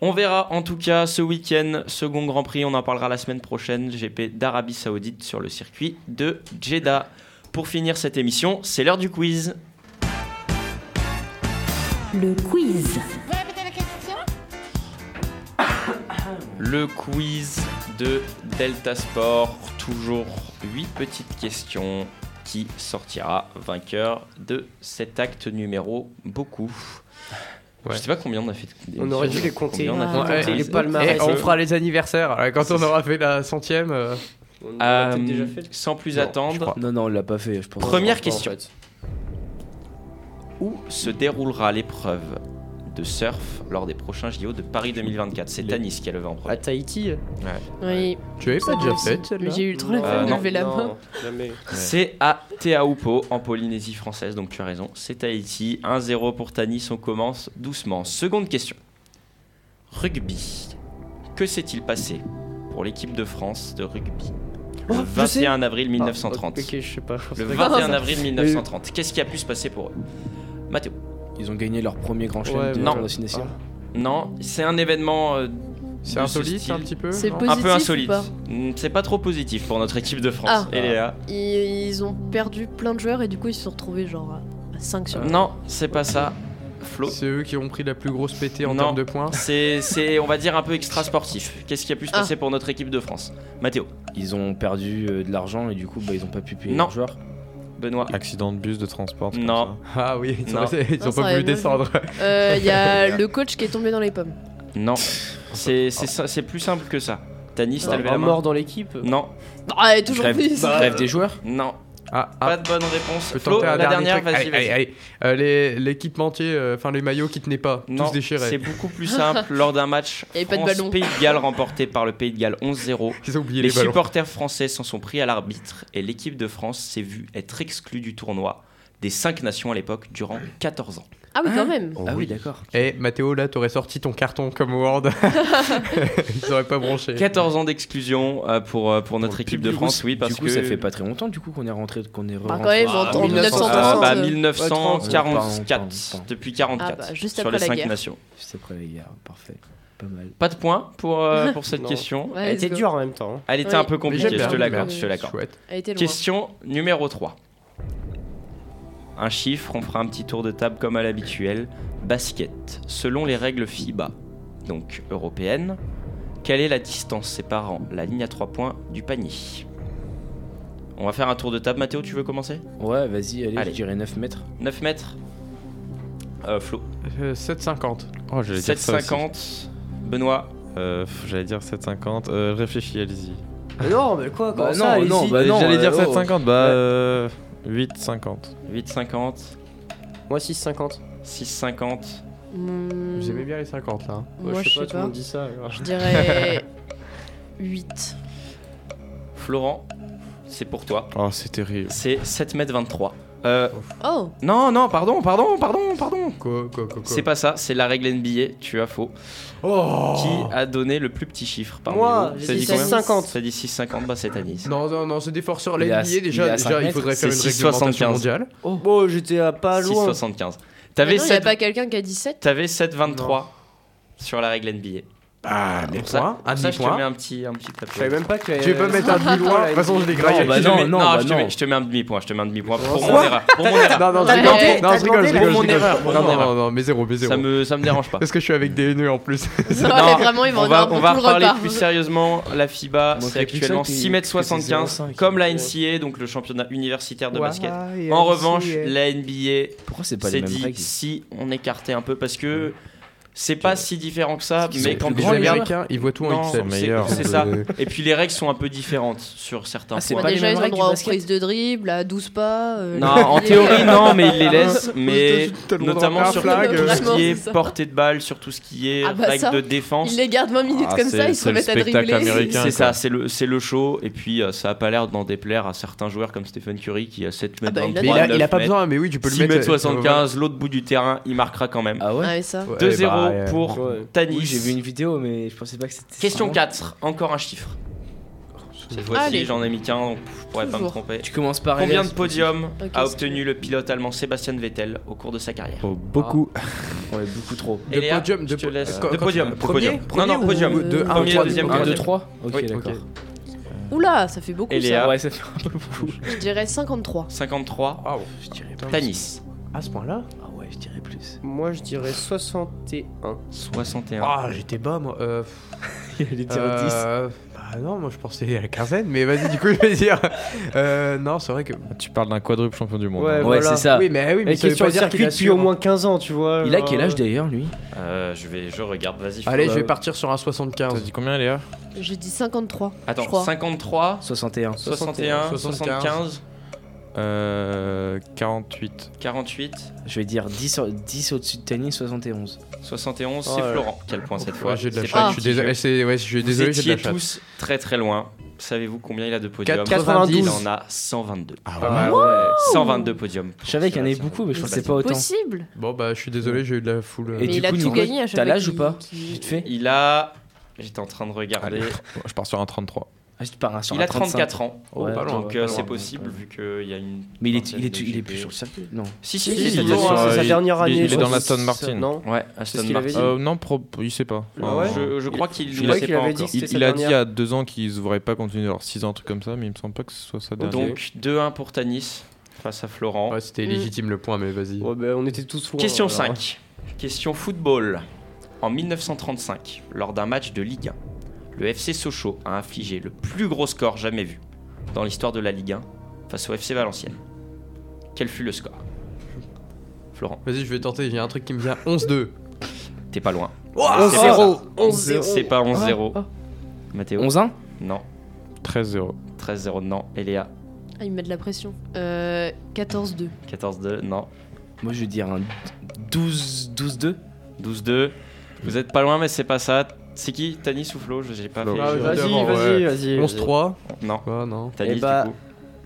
A: On verra en tout cas ce week-end, second Grand Prix, on en parlera la semaine prochaine, GP d'Arabie Saoudite sur le circuit de Jeddah. Pour finir cette émission, c'est l'heure du quiz.
I: Le quiz.
G: Vous répétez la question
A: Le quiz de Delta Sport, toujours 8 petites questions qui sortira vainqueur de cet acte numéro beaucoup.
E: Ouais.
A: Je sais pas combien on a fait. de-
D: On aurait dû les compter.
A: Combien on a fait
E: Ouais,
A: de
E: et
A: quiz
D: les palmarès.
E: Eh,
D: Ouais,
E: on
D: c'est-
E: fera les anniversaires euh, quand
A: C'est
E: on
A: ça.
E: aura fait la centième. euh,
D: On
A: Euh,
D: l'a peut-être déjà fait.
A: sans plus
E: Non, je
A: attendre,
E: crois.
F: Non, non, on l'a pas fait, je pense.
A: Première
D: En
A: question.
D: fait.
A: Où se déroulera l'épreuve de surf lors des prochains JO de Paris 2024 C'est Tanis qui a levé en
D: À
A: premier.
D: Tahiti
C: Oui,
E: Tu avais pas
C: ça,
E: déjà
C: je
E: fait
C: sais. Mais
E: celle-là
C: j'ai eu trop la
A: Non.
C: flemme de
A: Euh,
C: lever la main.
D: jamais.
A: C'est à Teahupo en Polynésie française, donc tu as raison. C'est Tahiti. 1-0 pour Tanis, on commence doucement. Seconde question. Rugby. Que s'est-il passé pour l'équipe de France de rugby le
D: Oh, je sais.
A: 21 avril 1930
D: Ah, ok, je sais pas. je pense
A: Le
D: pas que-
A: 21 avril 1930. Qu'est-ce qui a pu se passer pour eux Mathéo.
F: Ils ont gagné leur premier grand chelem
D: Ouais,
F: de
A: ouais.
F: tournoi des nations.
A: Non, c'est un événement euh,
E: C'est
A: de ce
E: insolite
A: style.
E: un petit peu
C: C'est
E: non
C: possible.
A: un
C: Positif
A: peu
C: ou
A: insolite.
C: pas
A: Mm, C'est pas trop positif pour notre équipe de France.
C: Ah.
A: Et Léa
C: Ils, ils ont perdu plein de joueurs et du coup ils se sont retrouvés genre à 5 sur
A: Non, c'est pas ça. Flo
E: C'est eux qui ont pris la plus grosse pétée en
A: Non.
E: termes de points.
A: C'est, c'est, on va dire, un peu extra sportif. Qu'est-ce qui a pu
C: Ah.
A: se passer pour notre équipe de France Mathéo,
F: Ils ont perdu euh, de l'argent et du coup, bah, ils ont pas pu payer
A: Non.
F: leurs joueurs.
A: Benoît,
B: Accident de bus, de transport. c'est
A: Non.
B: comme ça.
E: Ah oui, ils ont,
A: Non.
E: ils ont
C: Non, ça
E: pas
C: aurait
E: pu
C: mieux
E: descendre.
C: Euh, Il y a le coach qui est tombé dans les pommes.
A: non. C'est, c'est, ça- c'est plus simple que ça. Tanis, t'as
D: Ah,
A: levé
D: un
A: la main
D: mort dans l'équipe
A: Non,
C: Ah, et toujours
F: Bref.
C: plus
F: Bref, des joueurs
A: non.
E: Ah, ah,
A: Pas de bonne réponse.
E: je peux
A: Flo,
E: tenter un
A: la
E: dernier
A: dernière,
E: truc.
A: vas-y,
E: Allez,
A: vas-y.
E: allez, allez. Euh, les- L'équipementier, euh, enfin les maillots qui tenaient pas,
A: Non,
E: tous
A: c'est
E: déchirés.
A: beaucoup plus simple lors d'un match
C: Il y avait pas de
A: France-
C: ballon.
A: Pays de Galles remporté par le Pays de Galles 11-0.
E: Ils ont oublié
A: Les
E: les, ballons.
A: supporters français s'en sont pris à l'arbitre et l'équipe de France s'est vue être exclue du tournoi des cinq nations à l'époque durant 14 ans.
C: Ah oui, quand même.
F: Ah oui, d'accord.
E: Eh, Mathéo, là, t'aurais sorti ton carton comme Ward. ils auraient pas bronché.
A: 14 ans d'exclusion euh, pour, euh, pour notre
F: Pour le
A: équipe de
F: public.
A: France, oui,
F: Du
A: parce
F: coup,
A: que...
F: ça fait pas très longtemps du coup qu'on est rentré, qu'on est
C: Bah,
F: re-rentré.
C: quand même, en,
A: Ah,
C: en
D: 1900,
A: Ah,
C: 1930.
A: bah,
C: euh,
F: Ah, bah,
A: 1944,
F: Pardon, pardon.
A: depuis 44,
C: Ah bah, juste
A: sur
C: après
A: les
C: la
A: 5
C: guerre.
A: nations.
F: Ah, Juste après la guerre, parfait. Pas mal.
A: Pas de points pour, euh, pour cette
D: Non.
A: question.
C: Ouais,
A: Elle
D: Elle
A: était-
D: était
C: go.
D: dure en même temps. hein.
A: Elle était
C: Oui.
A: un peu
E: Mais
A: compliquée,
E: j'aime
A: je te
E: bien,
A: l'accorde,
C: mais-
A: je te l'accorde.
E: Chouette.
C: Elle était loin.
A: Question numéro 3. Un chiffre, on fera un petit tour de table comme à l'habituel. Basket. Selon les règles FIBA, donc européennes, quelle est la distance séparant la ligne à 3 points du panier On va faire un tour de table. Mathéo, tu veux commencer
F: Ouais, vas-y, allez,
A: Allez.
F: je dirais 9 mètres.
A: 9 mètres Euh, Flo.
E: Euh, 7,50.
B: Oh, j'allais dire ça aussi.
A: 7,50. Benoît.
B: Euh, pff, j'allais dire 7,50. Euh, réfléchis, allez-y.
D: Mais non, mais quoi comment
F: Bah
D: ça,
F: non, non,
D: allez-y.
F: bah non,
B: j'allais
F: euh,
B: dire
F: oh.
B: 7,50. Bah, euh, 8,50.
A: 8,50.
D: Moi 6,50.
A: 6,50.
C: Hmm,
E: Vous aimez bien les 50 là. hein
C: Moi,
D: Ouais,
C: je sais
D: tout le
C: pas.
D: monde dit ça. alors.
C: Je dirais 8.
A: Florent, c'est pour toi.
B: Oh, c'est terrible.
A: C'est 7,23 Euh,
C: Oh
A: non, non, pardon, pardon, pardon, pardon.
E: Quoi, quoi, quoi, quoi.
A: C'est pas ça, c'est la règle NBA, tu as faux.
E: Oh
A: Qui a donné le plus petit chiffre parmi
D: Moi,
A: vous
D: j'ai
A: Ça
D: dit
A: dit combien
D: 6,50.
A: Ça dit 6,50, bah c'est à Nice.
E: Non, non, non, c'est des forceurs.
F: Il est à-
E: L'NBA,
F: il est
E: déjà,
F: à
E: déjà,
F: cinq
E: il faudrait
A: mètres.
E: faire une
A: C'est
E: réglementation
A: 6,75.
E: mondial.
D: Bon, Oh, j'étais à pas loin.
A: 6,75. T'avais
C: T'avais Non, il n'y a
A: sept-
C: pas quelqu'un qui a dit 7
A: t'avais 7,23 sur la règle NBA.
E: Ah,
A: Pour
E: des
A: ça-
E: points, un
A: pour ça, je te
E: demi-point.
A: mets un petit, un petit Ah,
D: Je savais même pas que.
E: Je vais pas mettre un demi-loin. De toute façon, je les graille.
F: Non, bah
A: Je te
F: non,
A: mets-
F: non,
A: non,
F: bah
A: je, te
F: non.
A: mets, je te mets un demi-point, je te mets un demi-point pour
D: Quoi
A: mon erreur. Pour mon erreur.
E: Non, non, je
C: T'as
E: rigole,
C: demandé-
E: non,
D: t'as
E: je rigole,
D: demandé
E: je
D: la
E: rigole, je
A: raison.
E: rigole.
A: Mon
E: Non,
A: erreur.
E: non, non, mais zéro, mais zéro.
A: Ça me, ça me dérange pas.
E: Parce que je suis avec des nœuds en plus.
A: Non,
C: vraiment, il va
A: On
C: en avoir
A: va, on
C: pour
A: va
C: tout le
A: reparler
C: repas.
A: plus sérieusement. La FIBA,
F: Moi,
A: c'est
F: je fais plus
A: actuellement
F: ça que-
A: 6m75,
F: que
A: comme la
F: 0,5.
A: NCA, donc le championnat universitaire de basket.
E: Why,
A: En
E: NCAA.
A: revanche, la NBA,
F: Pourquoi c'est pas les
A: c'est
F: mêmes
A: dit
F: règles
A: si on écartait un peu parce que C'est pas si différent que ça,
E: Ils
A: mais
E: sont-
A: quand tu
E: les
A: regardes.
E: Américains, ils voient tout
A: Non,
E: en
A: c'est-
E: XL.
A: c'est ça.
E: Euh,
A: Et puis les règles sont un peu différentes sur certains
F: Ah, c'est
A: points.
F: pas les
C: déjà,
F: mêmes
C: ils ont
F: règles
C: droit
F: du
C: aux
F: basket.
C: prises de dribble, à 12 pas. euh,
A: Non,
C: les-
A: en théorie, non, mais ils les laissent.
E: Aux
A: Mais
E: États-Unis, t'as le droit
A: notamment
E: d'avoir
A: sur
E: un flag,
A: tout
C: euh.
A: ce qui
C: C'est
A: est
C: ça.
A: portée de balle, sur tout ce qui est
C: Ah bah
A: règles
C: ça,
A: de défense.
C: Ils les gardent 20 minutes
B: Ah,
C: comme ça,
B: c'est-
C: ils se
B: c'est le
C: remettent à
B: spectacle
C: dribbler.
B: américain.
A: C'est
B: quoi.
A: ça, c'est le, c'est le show. Et puis, euh, ça a pas l'air d'en déplaire à certains joueurs comme Stephen Curry qui a 7 mètres
C: bah, il a-
E: Mais il
A: 23,
E: a, il a
A: 9
E: pas
A: mètres.
E: besoin, mais oui, tu peux le
A: 6
E: mettre. euh,
A: mètres 75, l'autre bout du terrain, il marquera quand même.
F: Ah ouais
C: Ah, et ça.
E: Ouais,
A: 2-0
E: bah, euh,
A: pour
F: ouais.
A: Tanis.
F: Oui, j'ai vu une vidéo, mais je pensais pas que c'était.
A: Question
F: ça.
A: 4, encore un chiffre. Cette fois-ci,
C: Allez.
A: j'en ai mis qu'un, donc je pourrais pas me
C: Toujours.
A: tromper.
F: Tu commences par.
A: Combien
F: LS.
A: de podiums
C: Ok,
A: a
C: c'est-
A: obtenu le pilote allemand Sébastien Vettel au cours de sa carrière
B: Oh, beaucoup.
F: Ouais, beaucoup trop.
A: Et Léa,
E: podium,
A: je
E: de
A: te
E: po-
A: laisse.
E: euh,
A: de podium. de podium. non, non,
C: ou-
A: podium.
C: euh,
E: De
C: un,
E: 1,
A: Premier, deuxième,
F: Un,
A: troisième.
F: deux, trois Ok,
A: Oui,
F: d'accord.
C: Oula, ça fait beaucoup
A: Et
C: ça.
A: Léa,
F: Ouais, ça fait un peu beaucoup.
C: Je dirais 53.
E: Ah,
A: 53.
F: Je dirais pas.
A: Tanis,
E: À ce point-là
F: Ah ouais, je dirais plus.
D: Moi, je dirais 61.
A: 61.
E: Ah, j'étais bas, moi. Euh,
F: Il allait dire
E: euh, Bah non, moi je pensais à la quinzaine, mais vas-y, du coup, je vais dire. Euh, non, c'est vrai que.
B: Ah, Tu parles d'un quadruple champion du monde.
A: bah,
B: hein.
F: Ouais, c'est ça.
E: Oui, mais oui, mais
D: Mais
E: ça veut
D: question
E: pas
D: de
E: dire
D: circuit
E: qu'il
D: depuis au moins 15 ans, tu vois.
F: Il a
D: genre,
F: quel âge
D: euh,
F: d'ailleurs, lui
A: Euh, je vais, je regarde, vas-y.
E: Allez,
A: Flo.
E: je vais partir sur un
B: T'as
E: 75.
B: dit combien, Léa
C: J'ai dit 53. je
A: Attends,
C: crois.
A: 53,
F: 61.
A: 61,
E: 75,
A: 75,
B: Euh. 48.
A: 48,
F: Je vais dire 10, au- 10 au-dessus de Tani, 71.
A: 71.
D: Oh
A: c'est
D: là là.
A: Florent. Quel point cette fois
E: Ouais, Oh, j'ai de la
A: C'est
E: chance.
A: pas
E: Je suis
A: un petit jeu.
E: désolé, c'est- ouais, je suis
A: Vous
E: désolé, j'ai de
A: étiez
E: la chance.
A: tous très très loin. Savez-vous combien il a de podiums
D: 92.
A: Il en a 122.
E: Pas mal.
F: ouais.
A: 122 podiums.
F: Je savais qu'il y en avait beaucoup, mais je
C: Mais
F: pensais
C: c'est
F: pas autant.
C: Possible
E: Bon, bah, je suis désolé, j'ai eu de la foule. euh.
F: Et
C: Mais
F: du
C: il a
F: coup,
C: tout
F: Nico,
C: gagné à chaque
F: t'as
C: fois
F: l'âge ou
C: qu'il-
F: pas
C: qu'il-
F: Vite fait.
A: Il a. J'étais en train de regarder.
B: Bon, je pars sur un 33.
F: Ah, je te pars hein, sur
A: Il
F: un
A: a 34 ans.
E: Oh,
F: Ouais,
E: pas loin.
A: Donc
F: pas
A: euh,
F: loin,
A: c'est
F: pas
A: possible
F: loin.
A: vu qu'il y a une.
F: Mais il est, il est,
A: vingtaine de
F: il est
A: GP.
F: plus sur le circuit. Non.
A: Si, si,
D: Si, si,
A: si,
D: c'est
A: il est
B: toujours,
A: sur-
B: hein,
D: sa
B: il-
D: dernière
B: il-
D: année.
B: il est
D: je
B: dans
D: crois.
B: l'Aston Martin.
D: Non.
A: Ouais,
F: C'est
A: Aston
F: ce qu'il avait
A: Martin.
F: dit.
B: Euh, non, pro- il sait pas.
D: Ah ouais
A: Je, je crois qu'il
D: Je
A: ne
D: crois
A: sait
D: qu'il
A: pas
D: avait
A: encore.
D: dit que
B: Il,
D: c'était
B: il
D: sa
B: a dit il y
D: dernière.
B: a deux ans qu'ils auraient pas continué leur 6 ans, un truc comme ça, mais il me semble pas que ce soit ça dernière.
A: Donc 2-1 pour Tanis face à Florent.
E: Ouais, c'était légitime le point, mais vas-y.
D: Ouais,
A: ben,
D: bah, on était tous loin.
A: Question
D: alors.
A: 5. Question football. En 1935, lors d'un match de Ligue 1, le FC Sochaux a infligé le plus gros score jamais vu dans l'histoire de la Ligue 1 face au FC Valenciennes. Quel fut le score Florent,
E: Vas-y, je vais tenter, il y a un truc qui me vient 11-2.
A: t'es pas loin.
B: Oh,
D: Ah,
A: C'est pas ça.
D: 11-0.
A: C'est pas 11-0.
F: Ah,
A: Mathéo
F: 11 1
A: Non.
B: 13-0.
A: 13-0, non. Eléa
C: Ah, il met de la pression. Euh, 14-2.
A: 14-2, non.
F: Moi, je vais dire un 12 12 2.
A: 12-2. Vous êtes pas loin, mais c'est pas ça. C'est qui Tanis ou Flo Je- J'ai pas
E: Flo.
A: fait.
E: Ah,
D: Vas-y,
E: D'abord,
D: vas-y,
E: ouais.
D: vas-y.
E: 11-3.
A: Non.
E: Quoi, non
A: Tanis,
D: Eh bah-
A: du coup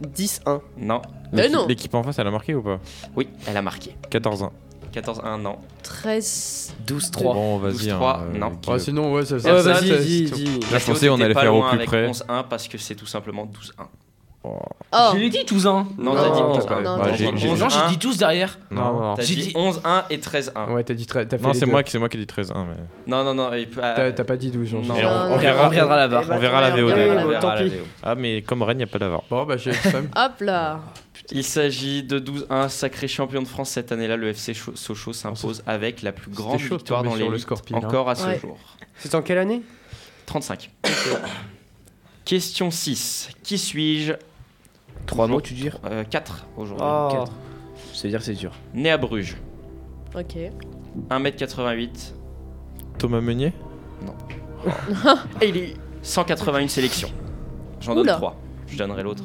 D: 10-1.
A: Non.
C: Mais
B: L'équipe-
C: Euh, non
B: L'équipe en face, elle a marqué ou pas
A: Oui, elle a marqué.
B: 14-1.
A: 14-1, non.
C: 13.
F: 12 3.
B: Bon, vas-y.
A: 12-3,
B: euh,
A: non.
B: qui
E: Ouais,
B: veut-
E: sinon, ouais, ça
D: Ouais,
E: ça-
D: vas-y,
E: ça-
D: dis,
E: ça-
D: dis.
B: Je pensais on allait faire au plus près.
A: 11-1 parce que c'est tout simplement 12-1.
C: Oh
F: Je l'ai dit 12 1.
A: Non,
D: Non,
A: t'as dit
D: non,
A: 11-1.
C: non,
A: T'as
B: non,
A: dit
B: non. J'ai-
F: 11 1, j'ai dit 12 derrière.
E: Non, non.
A: T'as
F: J'ai
A: dit
F: dit-
A: 11-1 et 13-1.
E: Ouais, t'as dit tra- t'as fait
B: Non,
E: les
B: c'est
E: deux.
B: moi, qui- c'est moi qui ai dit 13-1. mais-
A: Non, non, non. et- euh,
E: T'as t'as pas dit 12, j'en
A: Non.
E: sais.
A: Et on-
C: Non,
A: on
C: non,
A: verra-
C: non.
A: on regardera
F: la barre.
D: Eh
A: on
D: bah,
A: verra la
D: tant
A: VOD.
D: pis,
A: on
D: ouais,
A: verra
D: tant
A: la
D: pis.
A: VOD.
B: Ah, mais comme Rennes, il n'y a pas d'avoir.
E: Bon, bah, j'ai le seum.
C: Hop là
A: Il s'agit de 12-1, sacré champion de France cette année-là. Le FC Cho- Sochaux s'impose avec la plus grande
E: chaud de
A: victoire
E: tomber
A: dans
E: sur
A: les
E: le Scorpion, hein.
A: encore à ce
C: Ouais.
A: jour.
D: C'est en quelle année
A: 35. Question 6. Qui suis-je
F: 3 mots, tu dis
A: 4 aujourd'hui.
C: Oh.
D: Ah.
F: Quatre. C'est-à-dire c'est dur.
A: Né à Bruges,
C: Ok.
A: 1m88,
B: Thomas Meunier
A: 181 sélections. J'en donne
C: Oula.
A: 3. Je donnerai l'autre.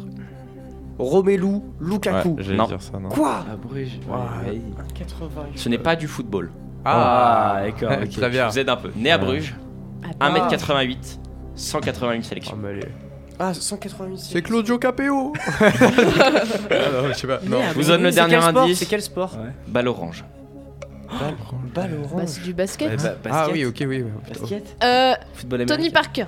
D: Romelu
B: Ouais,
D: Lukaku.
B: j'allais
A: Non.
B: dire ça, non.
D: Quoi
F: Ah, Bruges.
E: Waouh.
F: Ouais.
A: Ce n'est pas du football.
E: Ah,
F: Ah, d'accord. ok.
E: Très bien.
A: Je vous aide un peu. Né à
B: Ouais.
A: Bruges,
C: Ah,
A: 1m88, 181
E: Oh,
A: sélections.
E: mais allez.
D: Ah, 186.
E: C'est Claudio Capéo Ah, non, je sais pas. Non.
A: Je vous donne le
D: C'est quel
A: dernier
D: sport
A: indice.
D: C'est quel sport
A: Balle orange.
D: Balle
A: Oh.
C: bah,
D: orange.
C: c'est du basket.
F: Bah, basket.
E: Ah, oui, ok, oui. oui.
F: Basket.
C: Euh,
F: Football
C: Tony
F: américain.
C: Parker.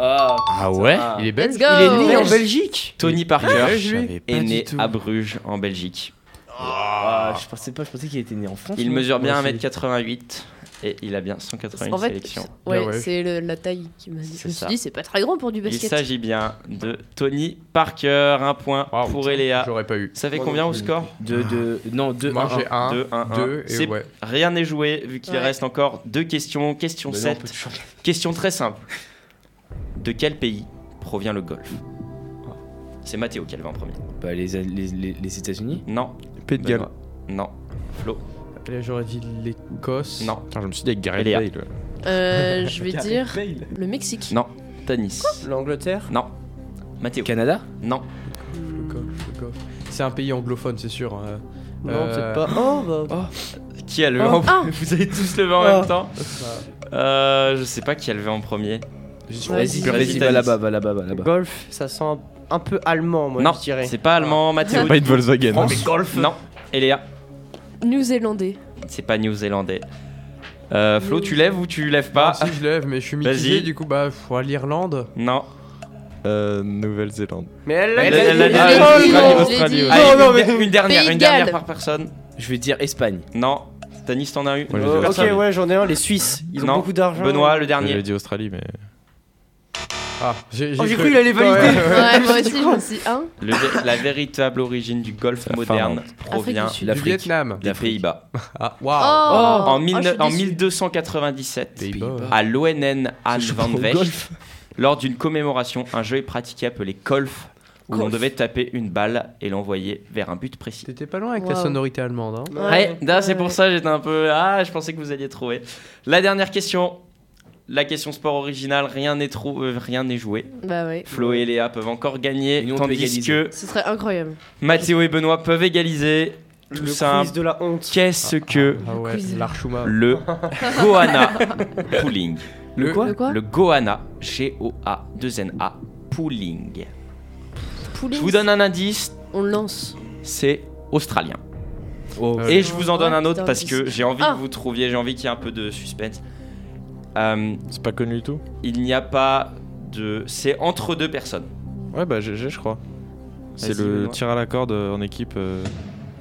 F: Ah,
B: Ah ouais
E: Il est bel
C: Let's go
D: Il est né en Belgique
A: Tony
C: Ah,
A: Parker
E: lui
A: est né à Bruges, en Belgique.
F: Ah, je pensais pas, je pensais qu'il était né en France.
A: Il
F: moi.
A: mesure bien
E: Moi aussi.
A: 1m88 et il a bien 181
C: En fait,
A: sélections.
C: ouais,
E: Ah ouais.
C: c'est le- la taille qui m'a dit. Je
A: C'est
C: me
A: ça.
C: suis dit, c'est pas très grand pour du
A: Il
C: basket.
A: s'agit bien de Tony Parker. Un point
E: Waouh,
A: pour Eléa.
E: J'aurais pas eu.
A: Ça fait combien au score
F: De, de, non, de.
E: Moi,
F: un, un.
E: j'ai 1,
A: 2, 1,
E: 2 et
A: C'est
E: ouais.
A: Rien n'est joué vu qu'il
C: Ouais.
A: reste encore deux questions. Question
F: Bah non, on peut
A: 7.
F: toujours-
A: Question très simple. De quel pays provient le golf
F: Ah.
A: C'est Mathéo qui a levé en premier.
F: Bah, les, les, les, les États-Unis
A: Non.
B: Pays de Galles.
A: Non. Flo.
E: Et là, j'aurais dit l'Écosse.
A: Non,
B: Putain, je me suis dit avec Gareth
A: Elia.
B: Bale.
C: Euh, je vais dire le Mexique.
A: non. Tanis.
D: L'Angleterre
A: Non. Mathéo.
F: Canada
A: Non.
E: Le coffre, le coffre. C'est un pays anglophone, c'est sûr. euh.
D: Non,
E: Euh,
D: peut-être pas. Oh, bah.
A: Qui a levé
C: Oh.
D: Ah.
A: en premier Vous avez tous levé en même temps euh, Je sais pas qui a levé en premier.
C: Vas-y.
A: Vas-y,
F: Vas-y, va
A: Thaïs.
F: là-bas, va là-bas, va là-bas.
D: bah. Golf, ça sent un, un peu allemand, moi,
A: non,
D: je dirais. Ah.
A: c'est pas allemand, Mathéo.
B: Pas une Volkswagen. hein.
A: France. Non. Eléa,
C: New-Zélandais.
A: c'est pas néo-zélandais. Euh, Flo, tu lèves ou tu lèves pas
E: Ah, si je lève, mais je suis
A: Vas-y.
E: mitigé, du coup, bah, pff, ouais, l'Irlande.
A: Non.
B: Euh, Nouvelle-Zélande.
D: Mais elle
A: La-
D: l'a Ah,
A: la-
D: dit,
A: la- la-
D: elle
A: la- la-
D: l'a dit.
A: la-
C: non,
A: l'Australie,
C: je l'ai
A: ouais.
C: dit.
A: Allez,
D: Non, non,
A: une- une dernière,
C: Pays
A: une
C: de
A: dernière
C: Galles.
A: par personne.
F: Je vais dire Espagne.
A: Non. Tanis, t'en as eu.
B: Ouais, j'ai
D: Oh,
A: Personne.
D: ok, ouais, j'en ai un, les Suisses. Ils ont
A: Non.
D: beaucoup d'argent.
A: Benoît, le
B: J'avais
A: dernier.
B: dit Australie, mais.
E: Ah, j'ai
D: Oh, j'ai cru qu'il allait valider.
C: Ouais, moi aussi, je me suis dit, hein.
A: Le vé- la véritable origine du golf
B: La
A: moderne provient
C: Afrique du Sud.
E: Du Vietnam.
A: des Pays-Bas.
E: Ah,
C: Oh,
E: waouh.
A: en,
C: Oh,
A: mille-
C: je suis
A: en
C: déçue.
A: 1297,
E: Pays-Bas.
A: à l'ONN Anne
F: Je
A: van
F: prends au
A: Vecht,
F: golf.
A: lors d'une commémoration, un jeu est pratiqué appelé golf, où l'on
D: Golf.
A: devait taper une balle et l'envoyer vers un but précis.
E: T'étais pas loin avec la
C: Waouh.
E: sonorité allemande. Hein.
A: Ouais,
C: Ouais,
A: là, c'est
C: ouais.
A: pour ça j'étais un peu. Ah, je pensais que vous alliez trouver. La dernière question. La question sport originale, rien n'est trou- euh, rien n'est joué.
C: Bah ouais.
A: Flo et Léa peuvent encore gagner,
F: Et nous, on peut
A: tandis
F: égaliser.
A: que
C: Ce serait incroyable.
A: Mathéo et Benoît peuvent égaliser.
D: Le
A: Tout
D: quiz
A: simple.
D: de la honte.
A: Qu'est-ce que
E: Ah ouais,
C: quiz.
E: l'Archuma.
A: le Goana Pooling
E: Le
C: Le quoi
A: Le Goana, G-O-A-2-N-A, Pooling.
C: Poulet.
A: Je vous donne un indice,
C: On le lance.
A: c'est australien.
F: Oh.
A: Et je vous en donne un autre
C: Ouais,
A: parce
C: putain,
A: que j'ai envie
C: Ah.
A: que vous trouviez, j'ai envie qu'il y ait un peu de suspense. Euh,
B: C'est pas connu du tout
A: il n'y a pas de. C'est entre deux personnes.
B: Ouais, bah GG, je crois. C'est
A: Vas-y,
B: le
A: Benoît.
B: tir à la corde euh, en équipe. euh.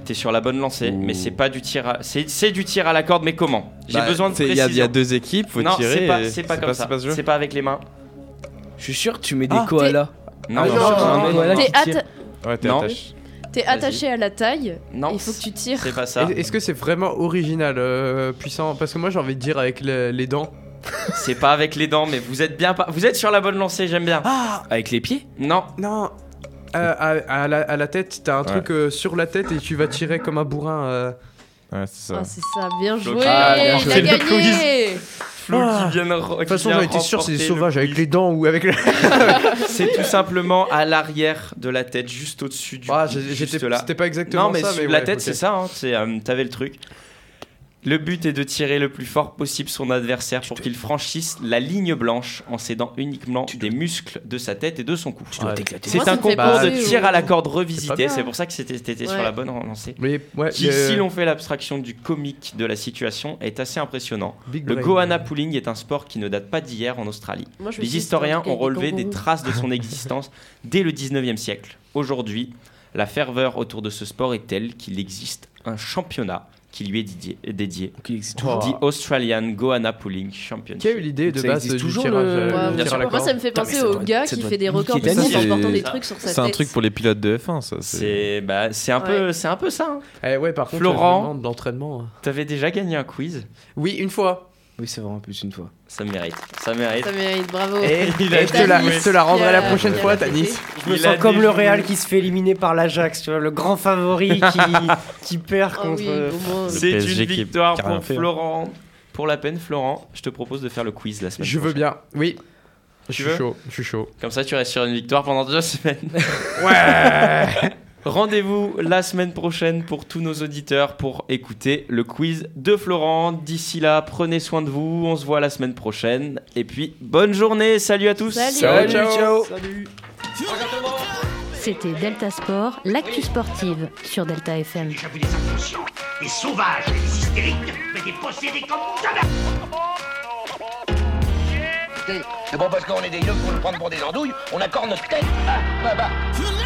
A: T'es sur la bonne lancée,
B: Ouh.
A: mais c'est pas du tir à. C'est c'est du tir à la corde, mais comment J'ai
B: Bah,
A: besoin de
B: c'est- Il y a-
A: précision.
B: il y, a deux équipes, faut
A: non,
B: tirer.
A: c'est pas,
B: et-
A: c'est pas comme ça.
B: C'est pas ce jeu.
A: C'est pas avec les mains.
F: Je suis sûr que tu mets des
A: Ah,
F: koalas.
A: Non, non,
D: Ah, non,
A: non,
D: non,
A: non,
D: non,
A: non,
F: non.
C: T'es
F: qui tire.
C: atta-
B: Ouais, t'es
A: Non.
B: attaché.
C: t'es attaché à la taille.
A: non,
C: Il faut que tu tires.
A: c'est pas ça.
E: Est- Est-ce que c'est vraiment original, euh, puissant Parce que moi, j'ai envie de dire avec le- les dents.
A: C'est pas avec les dents, mais vous êtes bien. pas- Vous êtes sur la bonne lancée, j'aime bien.
F: Avec les pieds
A: Non,
E: Non euh, à, à la, à la tête, t'as un truc euh, sur la tête et tu vas tirer comme un bourrin. euh.
B: Ouais, c'est ça.
C: Ah, c'est ça, bien joué.
A: Ah, bien
C: Il
A: joué.
C: a
A: Le
C: gagné.
A: Flo qui vient de
E: Ah. De toute façon, j'en étais sûr, c'est des sauvages avec les dents ou avec le.
A: C'est tout simplement à l'arrière de la tête, juste au-dessus du.
E: Ah,
A: cou,
E: j'ai-
A: juste
E: j'étais
A: là.
E: c'était pas exactement
A: Non, mais,
E: ça.
A: sur la
E: ouais,
A: tête,
E: ok.
A: c'est ça. Hein, c'est, euh, T'avais le truc. Le but est de tirer le plus fort possible son adversaire pour qu'il franchisse la ligne blanche en s'aidant uniquement des muscles de sa tête et de son cou.
F: Tu dois
E: Ouais.
F: t'éclater.
A: C'est
C: Moi, ça
A: un
C: me fait
A: concours de
C: penser
A: tir
C: au-
A: à la corde
E: C'est
A: revisité.
E: pas mal.
A: C'est pour ça que c'était t'étais sur
C: hein. Ouais.
A: la bonne lancée.
E: Mais ouais, euh,
A: Qui,
E: le-
A: si l'on fait l'abstraction du comique de la situation, est assez impressionnant.
E: Big
A: Le
E: brain.
A: Goana Pooling est un sport qui ne date pas d'hier en Australie.
C: Moi, je me suis
A: Les
C: dit,
A: historiens
C: c'était un
A: ont
C: truc
A: relevé
C: avec
A: des
C: kangourous.
A: traces de son existence dès le 19e siècle. Aujourd'hui, la ferveur autour de ce sport est telle qu'il existe un championnat qui lui est dédié, est dédié
F: Donc, il existe
E: Oh.
F: toujours.
A: The Australian Goana Pooling Championship.
E: Qui a eu l'idée de
F: Ça
E: base
F: existe
E: du
F: toujours,
E: tirage
F: le-
E: euh,
C: Ouais,
E: le
C: ouais.
E: tir à la
C: Moi, ça me
E: corde
C: fait
F: Putain,
C: penser
F: mais ça
C: au
F: doit-
C: gars
F: ça
C: qui
F: doit
C: fait des
F: niquer
C: records
F: ta
C: du monde
B: vie.
C: en portant des
B: C'est-
C: trucs sur sa tête.
B: C'est un truc pour les pilotes de F1, ça.
A: C'est bah, c'est un, peu- c'est un peu ça. hein.
E: Eh ouais, par contre,
A: Florent.
E: je me demande hein. l'entraînement.
A: T'avais déjà gagné un quiz
E: Oui, une fois.
F: Oui, c'est vraiment plus une fois.
A: Ça mérite. Ça mérite.
C: Ça mérite, bravo.
E: Et,
A: Il a
E: je te la,
C: joué.
E: je te la rendrai la
C: Il a-
E: prochaine
C: il a
E: fois,
C: fait
E: Tanis.
D: Je me
A: Il a
D: sens comme le
A: déjoué.
D: Real qui se fait éliminer par l'Ajax, tu vois, le grand favori qui, qui perd
C: Ah
D: contre. euh,
C: oui, au moins.
B: Le
A: C'est
B: PSG
A: une
B: qui est
A: victoire
B: carrément
A: pour
B: fait, hein.
A: Florent. Pour la peine, Florent, je te propose de faire le quiz la semaine
E: Je veux
A: prochaine.
E: bien. Oui. Je
A: Tu
E: suis
A: veux
E: chaud, je suis chaud.
A: Comme ça, tu restes sur une victoire pendant deux semaines. Ouais Rendez-vous la semaine prochaine pour tous nos auditeurs pour écouter le quiz de Florent. D'ici là, prenez soin de vous. On se voit la semaine prochaine. Et puis, bonne journée. Salut à tous.
C: Salut.
E: Ciao, ciao.
I: C'était Delta Sport, l'actu sportive sur Delta FM.
J: J'avais des inconscients, des sauvages, des hystériques, mais des possédés comme jamais C'est bon, parce qu'on est des yeux pour nous prendre pour des andouilles, on accorde notre tête. Ah, bah, bah.